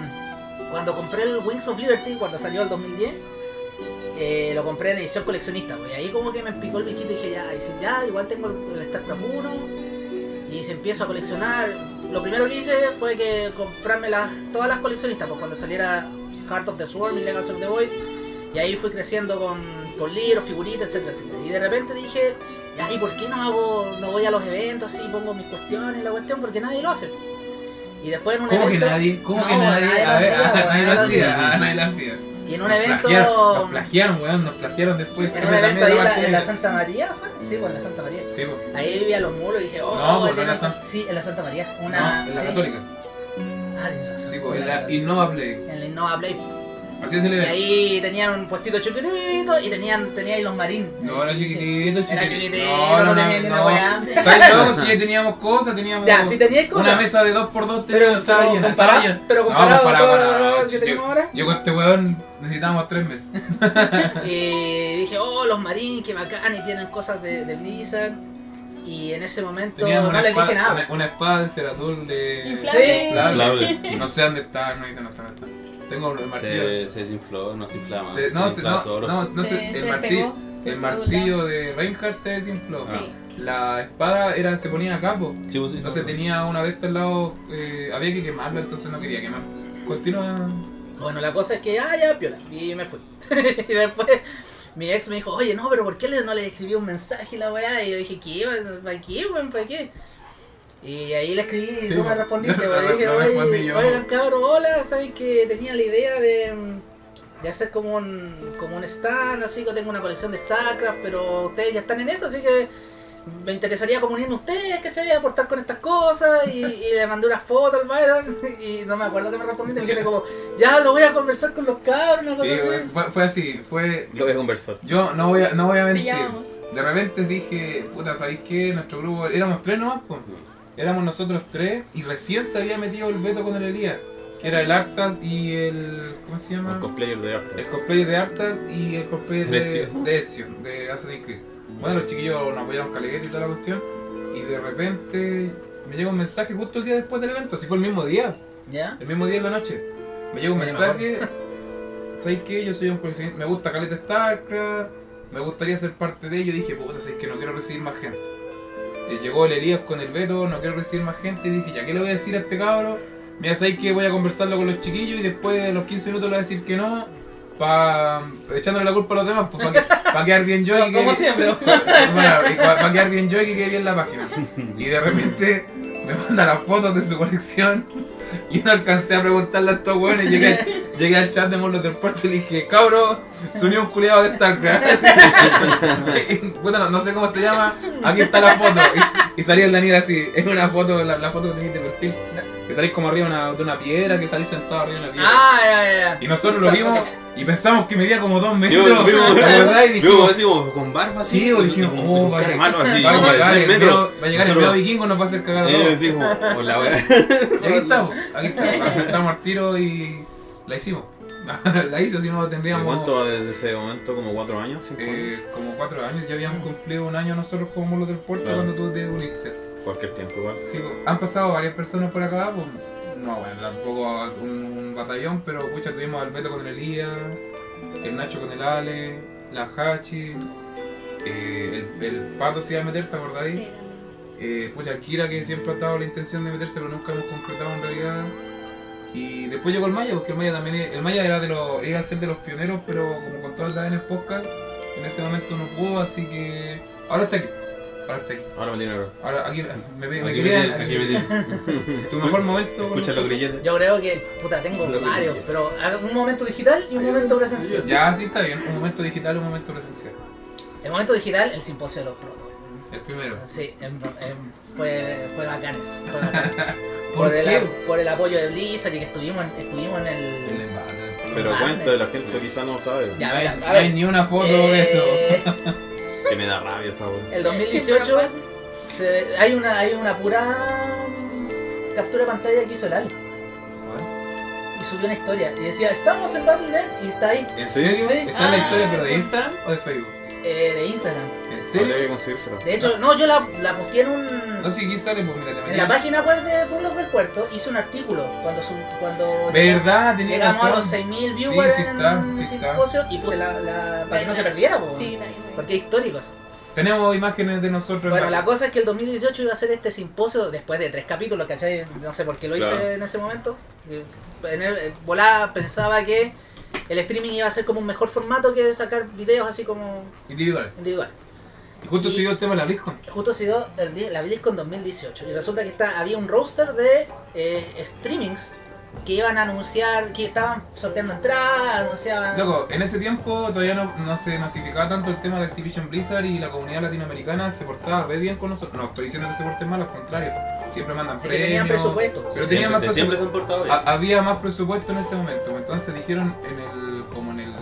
Speaker 2: cuando compré el Wings of Liberty, cuando salió el 2010, eh, lo compré en edición coleccionista. pues, y ahí como que me picó el bichito y dije, ya, y si ya igual tengo el, el StarCraft 1. Y se empiezo a coleccionar. Lo primero que hice fue que comprarme las, todas las coleccionistas, pues cuando saliera Heart of the Swarm y Legacy of the Void. Y ahí fui creciendo con, con libros, figuritas, etcétera, etcétera. Y de repente dije, ya, ¿y por qué no hago, no voy a los eventos y pongo mis cuestiones, la cuestión? Porque nadie lo hace. Y después en un
Speaker 1: ¿Cómo que
Speaker 2: evento.
Speaker 1: nadie? ¿Cómo
Speaker 2: No,
Speaker 1: que nadie?
Speaker 2: nadie lo
Speaker 1: a ver,
Speaker 2: hacía,
Speaker 1: ah,
Speaker 2: po,
Speaker 1: nadie lo hacía,
Speaker 2: hacía.
Speaker 1: ah, nadie lo hacía.
Speaker 2: Y en un
Speaker 1: Nos
Speaker 2: evento.
Speaker 1: plagiaron, Nos plagiaron, weón, nos plagiaron después.
Speaker 2: en
Speaker 1: Esa
Speaker 2: un evento ahí
Speaker 1: también
Speaker 2: en la,
Speaker 1: parte
Speaker 2: en la
Speaker 1: de-
Speaker 2: Santa María, ¿fue? Sí, pues en la Santa María.
Speaker 1: Sí, po.
Speaker 2: Ahí vi a los muros y dije, oh,
Speaker 1: No, pues, no en
Speaker 2: tiene-
Speaker 1: la San-
Speaker 2: Sí, en la Santa María. Una.
Speaker 1: No, en la
Speaker 2: sí.
Speaker 1: católica.
Speaker 2: Ah, tienes razón,
Speaker 1: Sí, po,
Speaker 2: fue
Speaker 1: en
Speaker 2: la
Speaker 1: la
Speaker 2: Católica.
Speaker 1: Innova Play.
Speaker 2: En la Innova Play.
Speaker 1: Así es el
Speaker 2: Y
Speaker 1: evento.
Speaker 2: ahí tenían un puestito chiquitito y tenían, tenía ahí los marines.
Speaker 1: No, era chiquitito, chiquitito.
Speaker 2: Era chiquitito, no, tenía ni una weá.
Speaker 1: ¿Sabes? No, si ya teníamos cosas, teníamos.
Speaker 2: Ya, si tenías cosas.
Speaker 1: Una mesa de 2x2 dos
Speaker 2: Pero-
Speaker 1: estaba
Speaker 2: pero
Speaker 1: llena,
Speaker 2: comparado-
Speaker 1: estaba llena.
Speaker 2: pero
Speaker 1: No,
Speaker 2: comparado a todo lo que
Speaker 1: llegó-
Speaker 2: tenemos ahora.
Speaker 1: Llegó este weón, necesitábamos 3 meses.
Speaker 2: Y dije, oh, los marines, que bacán, y tienen cosas de, de Blizzard. Y en ese momento
Speaker 1: Teníamos
Speaker 2: no
Speaker 1: una,
Speaker 2: les dije
Speaker 1: espada,
Speaker 2: nada.
Speaker 1: una, una espada de Ceratul de.
Speaker 5: Inflable.
Speaker 2: Sí.
Speaker 4: Inflable.
Speaker 1: No sé dónde está, no, ahorita no sé dónde está. Tengo el martillo.
Speaker 4: Se, se desinfló, no se inflama.
Speaker 1: Se- no, se,
Speaker 4: infla
Speaker 1: no,
Speaker 4: solo.
Speaker 1: no, no
Speaker 5: Se-
Speaker 1: se- el
Speaker 5: se
Speaker 1: martillo.
Speaker 5: pegó, se
Speaker 1: El
Speaker 5: pegó
Speaker 1: martillo de Reinhardt se desinfló.
Speaker 4: Ah.
Speaker 5: Sí.
Speaker 1: La espada era, se ponía a capo.
Speaker 4: Sí, pues, sí.
Speaker 1: Entonces tenía una de estos lados, eh, había que quemarla, entonces no quería quemar. Continúa.
Speaker 2: Bueno, la cosa es que, ah, ya, piola. Y me fui. y después mi ex me dijo, oye, no, pero ¿por qué le- no le escribí un mensaje y la weá? Y yo dije, ¿qué? ¿Para qué, weón? ¿Para qué? Y ahí le escribí y
Speaker 1: Sí,
Speaker 2: tú me
Speaker 1: bueno.
Speaker 2: respondiste.
Speaker 1: No,
Speaker 2: weón.
Speaker 1: no,
Speaker 2: Y dije,
Speaker 1: no respondí
Speaker 2: oye,
Speaker 1: yo.
Speaker 2: oigan, cabrón, hola, ¿sabes que tenía la idea de, mm, de hacer como un, como un stand? Así que tengo una colección de StarCraft, pero ustedes ya están en eso, así que me interesaría comunicarme a ustedes, ¿cachai? Aportar con estas cosas. Y, y le mandé una foto al Byron y no me acuerdo que me respondiste. Me dijiste como, ya lo voy a conversar con los cabros, una
Speaker 1: Sí,
Speaker 2: cosa así.
Speaker 1: fue, fue así, fue.
Speaker 3: Lo voy a conversar.
Speaker 1: Yo no voy a, no voy a mentir.
Speaker 5: llamamos.
Speaker 1: De repente dije, puta, ¿sabéis qué? Nuestro grupo, éramos tres nomás, po. Éramos nosotros tres y recién se había metido el veto con el Elías, que era el Artas y el. ¿Cómo se llama?
Speaker 3: Un cosplayer de arte.
Speaker 1: El cosplay de Artas y el cosplay de,
Speaker 4: De Ezio.
Speaker 1: de Ezio, de Assassin's Creed. Bueno, los chiquillos nos apoyaron Caleguete y toda la cuestión. Y de repente me llega un mensaje justo el día después del evento, si fue el mismo día.
Speaker 2: ¿Ya?
Speaker 1: El mismo día en la noche. Me llega un
Speaker 2: Oye,
Speaker 1: mensaje ¿sabes qué? Yo soy un coleccionista, me gusta Caleta StarCraft, me gustaría ser parte de ello. Dije, puta, ¿sabes que No quiero recibir más gente. Y llegó el Elías con el Beto, no quiero recibir más gente. Y dije, ¿ya qué le voy a decir a este cabro? Mira, ¿sabes que Voy a conversarlo con los chiquillos y después de los 15 minutos le voy a decir que no. Pa... echándole la culpa a los demás, pues, para quedar bien yo y que...
Speaker 2: Como siempre.
Speaker 1: Bueno, y va va a quedar bien yo y que quede bien la página. Y de repente me manda las fotos de su colección y no alcancé a preguntarle a estos hueones. Llegué, llegué al chat de Morlos del Puerto y le dije, cabro, se unió un culiado de StarCraft. Así. Y, puta, no, no sé cómo se llama, aquí está la foto. Y, y salía el Daniel así, es una foto, la, la foto que tenéis de perfil, que salís como arriba de una- de una piedra, que salís sentado arriba de una piedra.
Speaker 2: Ah, ya, ya,
Speaker 1: Y nosotros lo vimos y pensamos que medía como dos
Speaker 4: Yo,
Speaker 1: metros.
Speaker 4: yo, yo,
Speaker 1: ¿te acordás? Y dijimos,
Speaker 4: yo, así como con barba así.
Speaker 1: Sí, o dijimos,
Speaker 4: como-
Speaker 1: oh,
Speaker 4: con
Speaker 1: vale.
Speaker 4: cara de malo así,
Speaker 1: Va a
Speaker 4: como de
Speaker 1: llegar,
Speaker 4: tres
Speaker 1: el
Speaker 4: metros.
Speaker 1: video- va a llegar el video
Speaker 4: Nosotros-
Speaker 1: vikingo, nos va a hacer cagar a
Speaker 4: Eh,
Speaker 1: todos.
Speaker 4: así como, por la wea.
Speaker 1: Y aquí estamos, aquí estamos. Nos sentamos al tiro y la hicimos. la hizo, si no tendríamos.
Speaker 3: ¿Cuánto va desde ese momento? ¿Como cuatro años? ¿Cinco años?
Speaker 1: eh, como cuatro años, ya habíamos cumplido un año nosotros como los del puerto
Speaker 3: Claro.
Speaker 1: cuando tú te uniste.
Speaker 3: Cualquier tiempo igual.
Speaker 1: Sí, pues, han pasado varias personas por acá, pues. No, bueno, tampoco un, un batallón, pero pucha, tuvimos al Beto con el Elías, el Nacho con el Ale, la Hachi, eh, el, el Pato se iba a meter, ¿te acordás? ahí?
Speaker 5: Sí, también.
Speaker 1: Eh, pues Akira que siempre ha estado la intención de meterse, pero nunca hemos concretado en realidad. Y después llegó el Maya, porque el Maya también es- el Maya era de los, iba a ser de los pioneros, pero como con todas las ADN podcast, en ese momento no pudo, así que ahora está aquí. Ahora está aquí.
Speaker 3: Ahora me tiene acá.
Speaker 1: Ahora aquí me me- me
Speaker 4: Aquí me
Speaker 1: querían,
Speaker 4: tiene,
Speaker 1: aquí
Speaker 4: aquí me tiene.
Speaker 1: me- Tu mejor momento. con
Speaker 4: Escucha los
Speaker 1: nosotros.
Speaker 4: grilletes.
Speaker 2: Yo creo que, puta, tengo
Speaker 4: Lo que
Speaker 2: varios,
Speaker 4: quieras.
Speaker 2: pero ah, un momento digital y un momento presencial.
Speaker 1: Ya, sí está bien. Un momento digital, un momento presencial.
Speaker 2: El momento digital, el simposio de los protos.
Speaker 1: El primero.
Speaker 2: Sí, em- em, fue, fue bacán eso. Fue bacán.
Speaker 1: ¿Por,
Speaker 2: Por,
Speaker 1: qué?
Speaker 2: el, por el apoyo de Blizzard y que estuvimos en, estuvimos en
Speaker 1: El
Speaker 2: el.
Speaker 1: embate.
Speaker 3: Pero
Speaker 2: Ah,
Speaker 3: cuenta, la gente quizá no sabe.
Speaker 2: Ya, mira,
Speaker 1: no
Speaker 2: a ver.
Speaker 1: hay ni una foto de eso.
Speaker 2: Eh,
Speaker 3: Que me da rabia esa wea.
Speaker 2: El
Speaker 5: Siempre
Speaker 2: 2018
Speaker 5: nos pasa.
Speaker 2: se- hay, una, hay una pura captura de pantalla que hizo el Ali y subió una historia y decía: Estamos en BattleNet y está ahí
Speaker 1: ¿En serio?
Speaker 2: Sí.
Speaker 1: ¿Está en la
Speaker 5: Ah.
Speaker 1: historia, pero de Instagram o de Facebook?
Speaker 2: eh, de Instagram.
Speaker 1: ¿En serio?
Speaker 3: Habría que conseguírsela.
Speaker 2: De hecho, no, yo la, la posteé en un.
Speaker 1: Ah. No sé quién sale, pues mira, te metí.
Speaker 2: En la página web de Pueblos del Puerto hice un artículo cuando sub- cuando
Speaker 1: ¿Verdad? Tenía
Speaker 2: pues, llegamos a
Speaker 1: razón.
Speaker 2: los 6.000 viewers
Speaker 1: Sí, sí
Speaker 2: en
Speaker 1: está,
Speaker 2: un
Speaker 1: sí está.
Speaker 2: simposio y puse la, la- para que no se perdiera, po,
Speaker 5: Sí, también, también.
Speaker 2: porque es histórico eso.
Speaker 1: Tenemos imágenes de nosotros.
Speaker 2: Bueno,
Speaker 1: ¿no?
Speaker 2: la cosa es que el 2018 iba a ser este simposio después de tres capítulos, ¿cachai? No sé por qué lo hice
Speaker 3: Claro.
Speaker 2: en ese momento. En el- eh, volá, pensaba que el streaming iba a ser como un mejor formato que sacar videos así como
Speaker 1: Individual.
Speaker 2: individual.
Speaker 1: Y justo
Speaker 2: Y-
Speaker 1: siguió el tema de la BlizzCon.
Speaker 2: Justo se dio el, di- la BlizzCon 2018 y resulta que está, había un roster de eh, streamings que iban a anunciar, que estaban sorteando entradas, anunciaban...
Speaker 1: Loco, en ese tiempo todavía no, no se masificaba tanto el tema de Activision Blizzard y la comunidad latinoamericana se portaba re bien con nosotros. No estoy diciendo que se porten mal, al contrario. Siempre mandan
Speaker 2: que
Speaker 1: premios.
Speaker 2: tenían presupuesto.
Speaker 1: Pero
Speaker 4: Siempre-
Speaker 1: tenía más
Speaker 4: de
Speaker 1: presupuesto.
Speaker 4: Siempre se han portado bien.
Speaker 1: Ha- había más presupuesto en ese momento, pues, entonces dijeron en el, como en el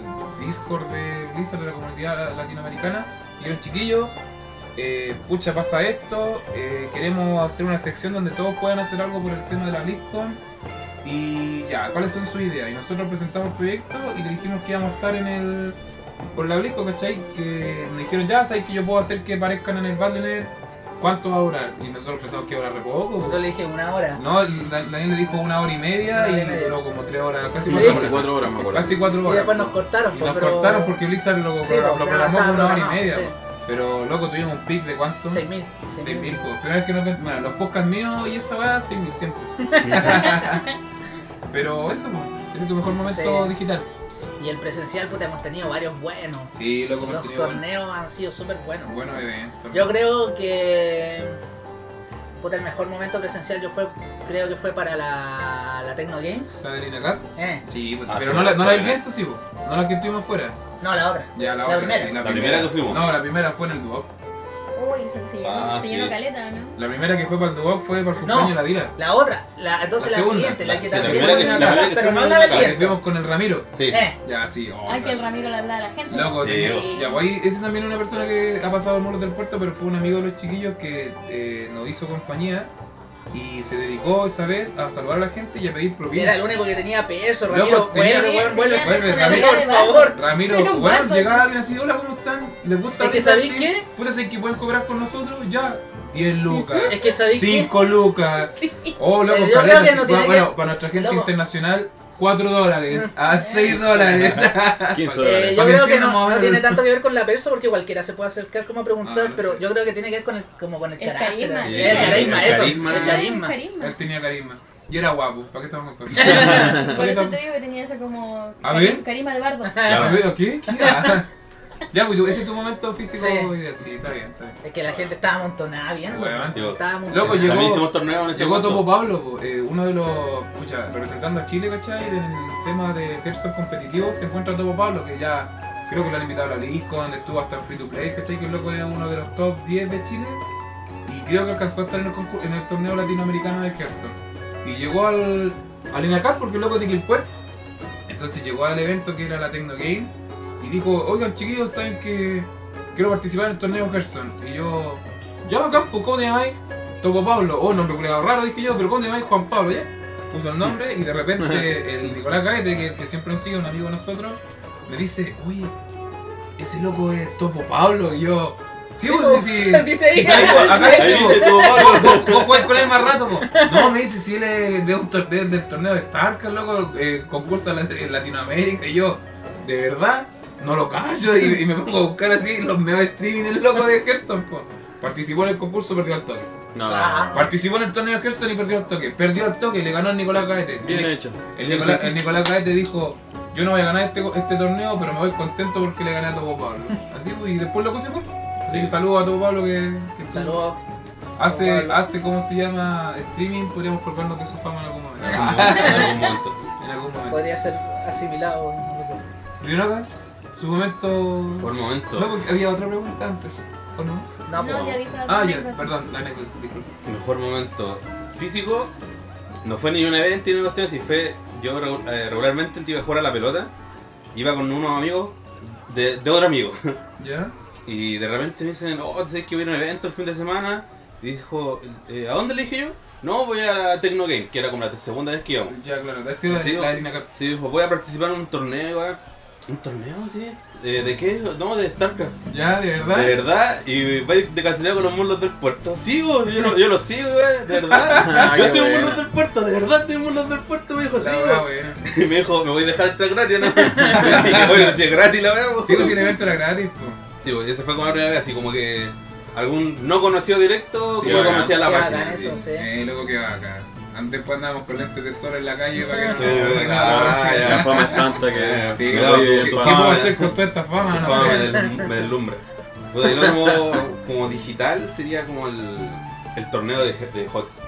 Speaker 1: Discord de Blizzard de la comunidad latinoamericana, dijeron chiquillos, eh, pucha pasa esto, eh, queremos hacer una sección donde todos puedan hacer algo por el tema de la BlizzCon y ya, ¿cuáles son sus ideas? Y nosotros presentamos el proyecto y le dijimos que íbamos a estar en el... por la BlizzCon, ¿cachai? Que me dijeron, ya, ¿sabes que yo puedo hacer que parezcan en el Battle.net? ¿Cuánto va a durar? Y nosotros pensamos que iba a durar re poco.
Speaker 2: Yo le dije una hora.
Speaker 1: No, el Dan- Daniel le dijo una hora y media
Speaker 2: Una hora y
Speaker 1: y
Speaker 2: media.
Speaker 1: duró como tres horas, casi
Speaker 2: Sí.
Speaker 1: cuatro
Speaker 3: Hace
Speaker 1: horas.
Speaker 3: cuatro horas me acuerdo.
Speaker 1: Casi cuatro
Speaker 2: Y
Speaker 1: horas.
Speaker 2: después nos cortaron.
Speaker 1: Y
Speaker 2: pues,
Speaker 1: nos
Speaker 2: pero-
Speaker 1: cortaron porque Blizzard lo, lo
Speaker 2: Sí, pues,
Speaker 1: programó por
Speaker 2: estaba
Speaker 1: una hora y
Speaker 2: programado,
Speaker 1: media. pues.
Speaker 2: sí.
Speaker 1: Pero loco, tuvimos un pic de cuánto?
Speaker 2: 6.000. 6.000.
Speaker 1: 6.000, pues. Primera vez que nos ven- bueno, los podcasts míos y esa weá, 6.000 siempre. Pero eso, pues, ese es tu mejor momento
Speaker 2: Sí.
Speaker 1: digital.
Speaker 2: Y el presencial, puta, hemos tenido varios buenos.
Speaker 1: Sí, loco, hemos
Speaker 2: Los
Speaker 1: tenido buenos
Speaker 2: torneos han sido súper buenos.
Speaker 1: buenos eventos.
Speaker 2: Yo creo que. Puta, el mejor momento presencial yo fue, creo que fue para la, la Tecno Games.
Speaker 1: ¿La de Lina Cat?
Speaker 2: Eh,
Speaker 1: Sí, pues,
Speaker 4: Ah,
Speaker 1: pero
Speaker 4: tú
Speaker 1: no la, no la del
Speaker 4: fuera.
Speaker 1: viento, sí, pues. No la que estuvimos fuera.
Speaker 2: no, la otra.
Speaker 1: Ya la,
Speaker 2: La
Speaker 1: otra,
Speaker 2: primera.
Speaker 1: sí,
Speaker 4: La primera que fuimos.
Speaker 1: No, la primera fue en el Duoc.
Speaker 5: Uy, se, se llenó,
Speaker 4: Ah,
Speaker 5: se
Speaker 4: sí.
Speaker 5: llenó caleta, ¿no?
Speaker 1: La primera que fue para el Duoc fue para el cumpleaños de la Dila.
Speaker 2: La otra, la, entonces
Speaker 1: La
Speaker 2: la,
Speaker 1: segunda.
Speaker 2: siguiente, la que
Speaker 4: Sí, la
Speaker 2: también
Speaker 4: primera
Speaker 2: fue
Speaker 4: que-
Speaker 2: una
Speaker 4: la
Speaker 2: cagada,
Speaker 4: primera que
Speaker 2: pero
Speaker 4: fue
Speaker 2: no
Speaker 4: una
Speaker 2: la del
Speaker 1: La que
Speaker 2: viento.
Speaker 1: fuimos con el Ramiro.
Speaker 4: Sí.
Speaker 2: Eh,
Speaker 1: Ya, sí. oh,
Speaker 5: Ay,
Speaker 1: esa-
Speaker 5: que el Ramiro le hablaba a la gente.
Speaker 1: Loco,
Speaker 4: Sí.
Speaker 5: Sí.
Speaker 1: ya, güey, ese también es una persona que ha pasado muros del puerto, pero fue un amigo de los chiquillos que eh, nos hizo compañía y se dedicó esa vez a salvar a la gente y a pedir propina.
Speaker 2: Eh, Era el único que tenía perso,
Speaker 1: Loco,
Speaker 2: Ramiro.
Speaker 1: tenía-
Speaker 2: Vuelve, weón,
Speaker 5: Tenía
Speaker 2: vuelve.
Speaker 1: vuelve,
Speaker 5: personalidad
Speaker 2: Ramiro,
Speaker 5: de
Speaker 2: por
Speaker 5: barco.
Speaker 2: favor.
Speaker 1: Ramiro,
Speaker 5: Era un
Speaker 1: bueno,
Speaker 5: barco.
Speaker 1: llegaba alguien así, hola, ¿cómo están? ¿Les gusta?
Speaker 2: Es que
Speaker 1: ahorita
Speaker 2: ¿sabéis
Speaker 1: así?
Speaker 2: qué?
Speaker 1: Puta, sé que pueden cobrar con nosotros, ya. 10 lucas.
Speaker 2: Es que sabéis que.
Speaker 1: 5 lucas. Oh, loco,
Speaker 2: Eh, yo creo
Speaker 1: caleta,
Speaker 2: que
Speaker 1: sí.
Speaker 2: no
Speaker 1: bueno,
Speaker 2: tiene
Speaker 1: bueno,
Speaker 2: que-
Speaker 1: para nuestra gente
Speaker 2: Loco.
Speaker 1: internacional, 4 dólares, a 6 dólares.
Speaker 3: 15 dólares.
Speaker 2: Eh, yo
Speaker 1: Para
Speaker 2: creo
Speaker 1: que
Speaker 2: que
Speaker 1: entiendan más o
Speaker 2: no, no
Speaker 1: menos
Speaker 2: tiene
Speaker 1: el-
Speaker 2: tanto que ver con la perso porque cualquiera se puede acercar como a preguntar,
Speaker 1: Ah,
Speaker 2: pero
Speaker 1: sí.
Speaker 2: yo creo que tiene que ver con el, como con el,
Speaker 5: El
Speaker 2: carácter.
Speaker 5: carisma.
Speaker 2: así.
Speaker 5: Sí,
Speaker 2: el
Speaker 5: el
Speaker 2: carisma, eso.
Speaker 4: carisma.
Speaker 2: El carisma.
Speaker 1: Él tenía carisma. Y era guapo, ¿para qué estamos con
Speaker 5: Por eso te digo que tenía eso como
Speaker 1: ¿A
Speaker 5: cari-
Speaker 1: ver?
Speaker 5: carisma de bardo.
Speaker 1: Ah, ¿Qué? ¿Qué? Ah. Ya, pues ese es tu momento físico
Speaker 2: Sí.
Speaker 1: ideal. Sí, está bien, está bien.
Speaker 2: Es que la gente estaba amontonada viendo.
Speaker 1: Weón.
Speaker 4: Sí, vos.
Speaker 2: Estaba amontonada.
Speaker 1: Loco, llegó-
Speaker 4: También hicimos torneo en ese
Speaker 1: Llegó
Speaker 4: momento.
Speaker 1: Topo Pablo, po, eh, uno de los, pucha, representando a Chile, ¿cachai? En el tema de Hearthstone competitivo se encuentra Topo Pablo, que ya creo que lo han invitado a la Lisco, donde estuvo hasta el Free to Play, ¿cachai? Que el loco es uno de los top 10 de Chile y creo que alcanzó a estar en el, concur- en el torneo latinoamericano de Hearthstone. Y llegó al, al INACAP porque el loco es de Quilpué. Entonces llegó al evento que era la Tecno Game y dijo, oigan chiquillos, ¿saben que quiero participar en el torneo Hearthstone? Y yo, yo a campo, ¿cómo te llamáis? Topo Pablo, oh nombre culiado raro, dije yo, pero ¿cómo te llamáis Juan Pablo ya? Puso el nombre y de repente el Nicolás Caete, que, que siempre nos sigue, un amigo de nosotros, me dice, oye, ese loco es Topo Pablo, y yo, sí,
Speaker 2: Sí, po.
Speaker 1: pues, sí,
Speaker 2: Dice ahí.
Speaker 1: sí, acá- acá
Speaker 4: Ahí
Speaker 1: dice, po.
Speaker 4: dice Topo Pablo.
Speaker 1: Vos- Vos jugás con él más rato, po. No, me dice si él es de un torneo, del torneo de Starcraft, loco, eh, concurso en la- en Latinoamérica. Y yo, de verdad, no lo callo. Y, y me pongo a buscar así los medios de streaming, el loco de Hearthstone, po. Participó en el concurso, perdió el toque.
Speaker 3: No,
Speaker 2: Ah.
Speaker 1: Participó en el torneo de Hearthstone y perdió el toque. Perdió el toque y le ganó el Nicolás Caete.
Speaker 3: bien
Speaker 1: el,
Speaker 4: eh.
Speaker 3: hecho.
Speaker 1: el Nicolás, el Nicolás Caete dijo: Yo no voy a ganar este, este torneo, pero me voy contento porque le gané a Topo Pablo. Así, pues, y después lo cosa fue. Así que saludo a Topo Pablo que, que
Speaker 2: Saludos.
Speaker 1: Hace,
Speaker 2: Pablo.
Speaker 1: hace ¿cómo se llama? Streaming, podríamos colgarnos de su fama en algún momento.
Speaker 4: En algún momento, en algún momento.
Speaker 1: En algún momento.
Speaker 2: Podría ser asimilado.
Speaker 1: Rinoca, su momento.
Speaker 4: Por un
Speaker 1: No,
Speaker 4: momento.
Speaker 1: porque había otra pregunta antes. ¿O no?
Speaker 2: No, pues,
Speaker 5: No, ya dijo la
Speaker 1: Ah, ya,
Speaker 5: anécdota.
Speaker 1: perdón, la anécdota, disculpa.
Speaker 4: Mejor momento físico. No fue ni un evento ni una cuestión así. Fue yo regu- eh, regularmente iba a jugar a la pelota. Iba con unos amigos de, de otro amigo.
Speaker 1: ¿Ya?
Speaker 4: Y de repente me dicen, oh, sé que hubiera un evento el fin de semana. Y dijo, eh, ¿a dónde le dije yo? No, voy a la Tecno Game, que era como la segunda vez que íbamos.
Speaker 1: Ya, claro, te ha sido
Speaker 4: Sí,
Speaker 1: la,
Speaker 4: o-
Speaker 1: la Arena Cup.
Speaker 4: Sí, dijo, voy a participar en un torneo, weón". ¿Un torneo, sí? Eh, ¿De qué? No, de StarCraft.
Speaker 1: Ya, de verdad.
Speaker 4: De verdad, y vais de cancelar con los mulos del puerto. Sigo, yo lo, yo lo sigo, güey, de verdad.
Speaker 3: Ah,
Speaker 4: yo
Speaker 3: qué
Speaker 4: estoy en
Speaker 3: bueno.
Speaker 4: mulos del puerto, de verdad estoy en mulos del puerto, me dijo,
Speaker 1: La weá,
Speaker 4: sigo.
Speaker 1: buena.
Speaker 4: Y me dijo, me voy a dejar entrar gratis, ¿no? Y dije, oye, pero si es gratis la veo.
Speaker 1: Sigo sin pues, evento era gratis, pues. po.
Speaker 4: Sí, güey, esa fue como la primera vez, así como que algún no conocido directo,
Speaker 1: Sí,
Speaker 4: como
Speaker 1: bacán.
Speaker 4: conocía la
Speaker 2: Qué
Speaker 4: página.
Speaker 2: bacán
Speaker 4: así.
Speaker 2: eso, sí.
Speaker 1: Eh, loco, que va acá. Antes pues andábamos con lentes de sol en la calle para que no
Speaker 4: Eh,
Speaker 1: nos
Speaker 4: ah,
Speaker 1: nada.
Speaker 4: ya.
Speaker 3: La fama es tanta que.
Speaker 1: Sí,
Speaker 4: Me
Speaker 1: loco,
Speaker 4: daba
Speaker 3: Muy
Speaker 1: ¿qué
Speaker 3: bien,
Speaker 1: qué
Speaker 4: tu
Speaker 3: pa.
Speaker 1: puedo
Speaker 4: fama,
Speaker 1: hacer
Speaker 4: eh.
Speaker 1: con toda esta fama? Ah, No
Speaker 4: Fama,
Speaker 1: sé.
Speaker 4: me, del- me deslumbra. Puta, y lo como, como digital sería como el, el torneo de, de Hots.
Speaker 2: Oh,